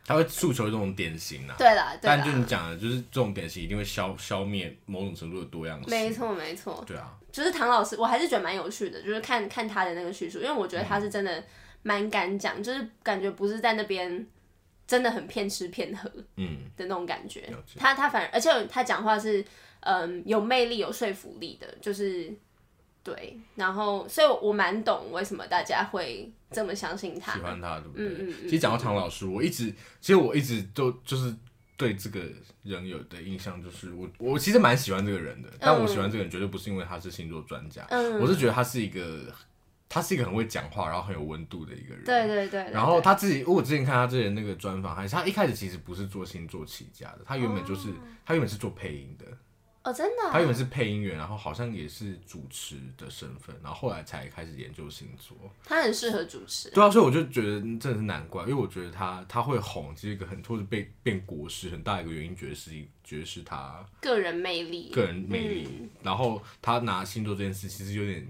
A: 他会诉求这种典型啊。
B: 对啦，对
A: 但就你
B: 啦，
A: 讲的，就是这种典型一定会消消灭某种程度的多样性。
B: 没，错没错，
A: 对啊，
B: 就是唐老师，我还是觉得蛮有趣的，就是看看他的那个叙述，因为我觉得
A: 嗯
B: 他是真的蛮敢讲，就是感觉不是在那边真的很骗吃骗喝
A: 嗯，
B: 的那种感觉
A: 了解，
B: 他他反而而且他讲话是嗯有魅力有说服力的，就是。对，然后，所以我蛮懂为什么大家会这么相信他
A: 喜。欢他，对不对？
B: 嗯嗯嗯
A: 其实讲到唐老师，我一直，其实我一直都就是对这个人有的印象，就是我我其实蛮喜欢这个人的，但我喜欢这个人绝对不是因为他是星座专家，
B: 嗯
A: 我是觉得他是一个，他是一个很会讲话，然后很有温度的一个人。
B: 对对对对
A: 然后
B: 对
A: 他自己，我之前看他之前那个专访，还是他一开始其实不是做星座起家的，他原本就是、他原本是做配音的，
B: 哦，真的啊、
A: 他原本是配音员，然后好像也是主持的身份，然后后来才开始研究星座。
B: 他很适合主持。
A: 对啊，所以我就觉得真的是难怪，因为我觉得他他会红，这个很或者被变国师，很大一个原因，觉得是觉得是他
B: 个人魅力，
A: 个人魅力，然后他拿星座这件事，其实有点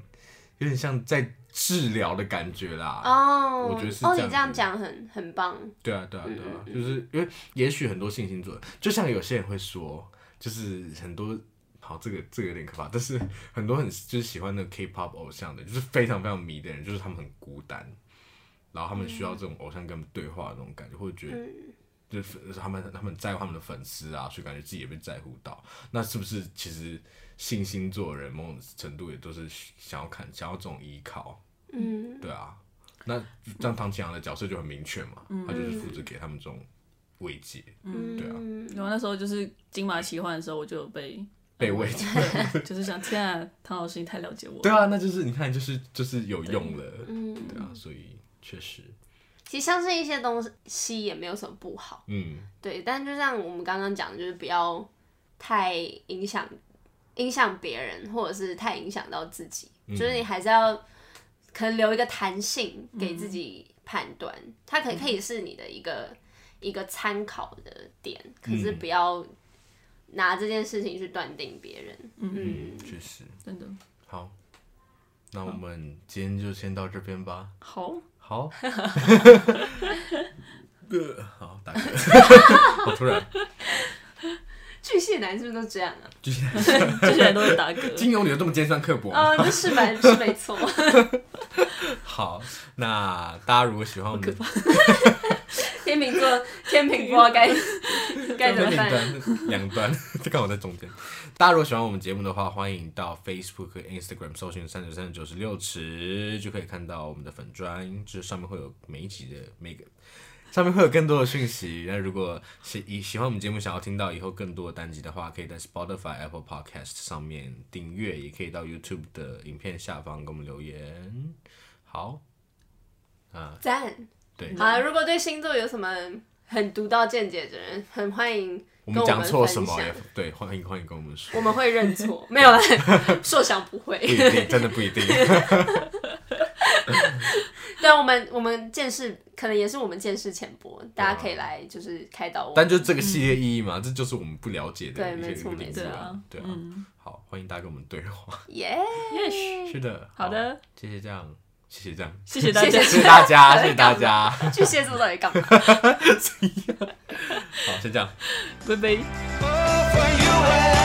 A: 有点像在治疗的感觉啦。
B: 哦，
A: 我觉得是
B: 哦，
A: 这样
B: 你这样
A: 子
B: 讲很很棒，
A: 对啊，对啊，对啊，就是因为也许很多信星座，就像有些人会说，就是很多。好，这个这个有点可怕，但是很多很就是喜欢那个 K-pop 偶像的，就是非常非常迷的人，就是他们很孤单，然后他们需要这种偶像跟他们对话的那种感觉，或者觉得就是他们他们在乎他们的粉丝啊，所以感觉自己也被在乎到。那是不是其实信星座的人某种程度也都是想要看想要这种依靠？
B: 嗯，
A: 对啊，那这样唐启阳的角色就很明确嘛，他就是负责给他们这种慰藉，
B: 嗯，
A: 对啊
C: 然后那时候就是金马奇幻的时候，我就有被，
A: 被慰藉。
C: 就是想天啊，唐老师你太了解我了。
A: 对啊，那就是你看，就是就是有用了，对啊，所以确实，
B: 嗯其实像是一些东西也没有什么不好，
A: 嗯，
B: 对，但就像我们刚刚讲的，就是不要太影响影响别人，或者是太影响到自己，
A: 嗯
B: 就是你还是要可能留一个弹性给自己判断，它
A: 嗯
B: 可可以是你的一个一个参考的点，可
A: 嗯
B: 是不要拿这件事情去断定别人。嗯，
A: 确实
C: 真的
A: 好。那我们今天就先到这边吧。
C: 好，
A: 好，呃，好，打嗝，好突然，
B: 去巨蟹男是不是都这样啊？
A: 巨蟹，
C: 这些人都会打嗝。
A: 金牛女有这么尖酸刻薄吗？
B: 哦，那是蛮是没错，
A: 好，那大家如果喜欢我们的
B: 天秤 座天秤座 该该怎
A: 在两
B: 么办？
A: 端，两端， 这刚好在中间。大家如果喜欢我们节目的话，欢迎到 Facebook 和 Instagram 搜寻三九三九十六池，就可以看到我们的粉砖，就是上面会有每一集的每个。上面会有更多的讯息。那如果喜以喜欢我们节目，想要听到以后更多的单集的话，可以在 Spotify、Apple Podcast 上面订阅，也可以到 YouTube 的影片下方给我们留言。好，
B: 赞。
A: 对，
B: 好啊，如果对星座有什么很独到见解的人，很欢迎
A: 我
B: 跟
A: 们
B: 我
A: 讲
B: 分
A: 错什么
B: 享
A: 也对，欢迎欢迎跟我们说，
B: 我们会认 错，没有啦，啊硕想不
A: 不
B: 会。
A: 一定，真的不一定。
B: 对，啊我们我们见识可能也是我们见识浅薄，大家可以来就是开导我
A: 但
B: 们。
A: 就这个系列意义嘛，这就是我们不了解的
B: 对
A: 一些
B: 没错
A: 领域
B: 没
A: 啊
C: 错，
A: 对啊。好，欢迎大家跟我们对 话。
B: 耶，
A: 是的，
C: 好的，
A: 谢谢这样，谢谢这样，
C: 谢谢大家
B: 谢，
A: 谢谢大家，谢谢大家。好，
B: 巨蟹座到底干嘛？
A: 先这样。
C: 拜拜。
D: for you and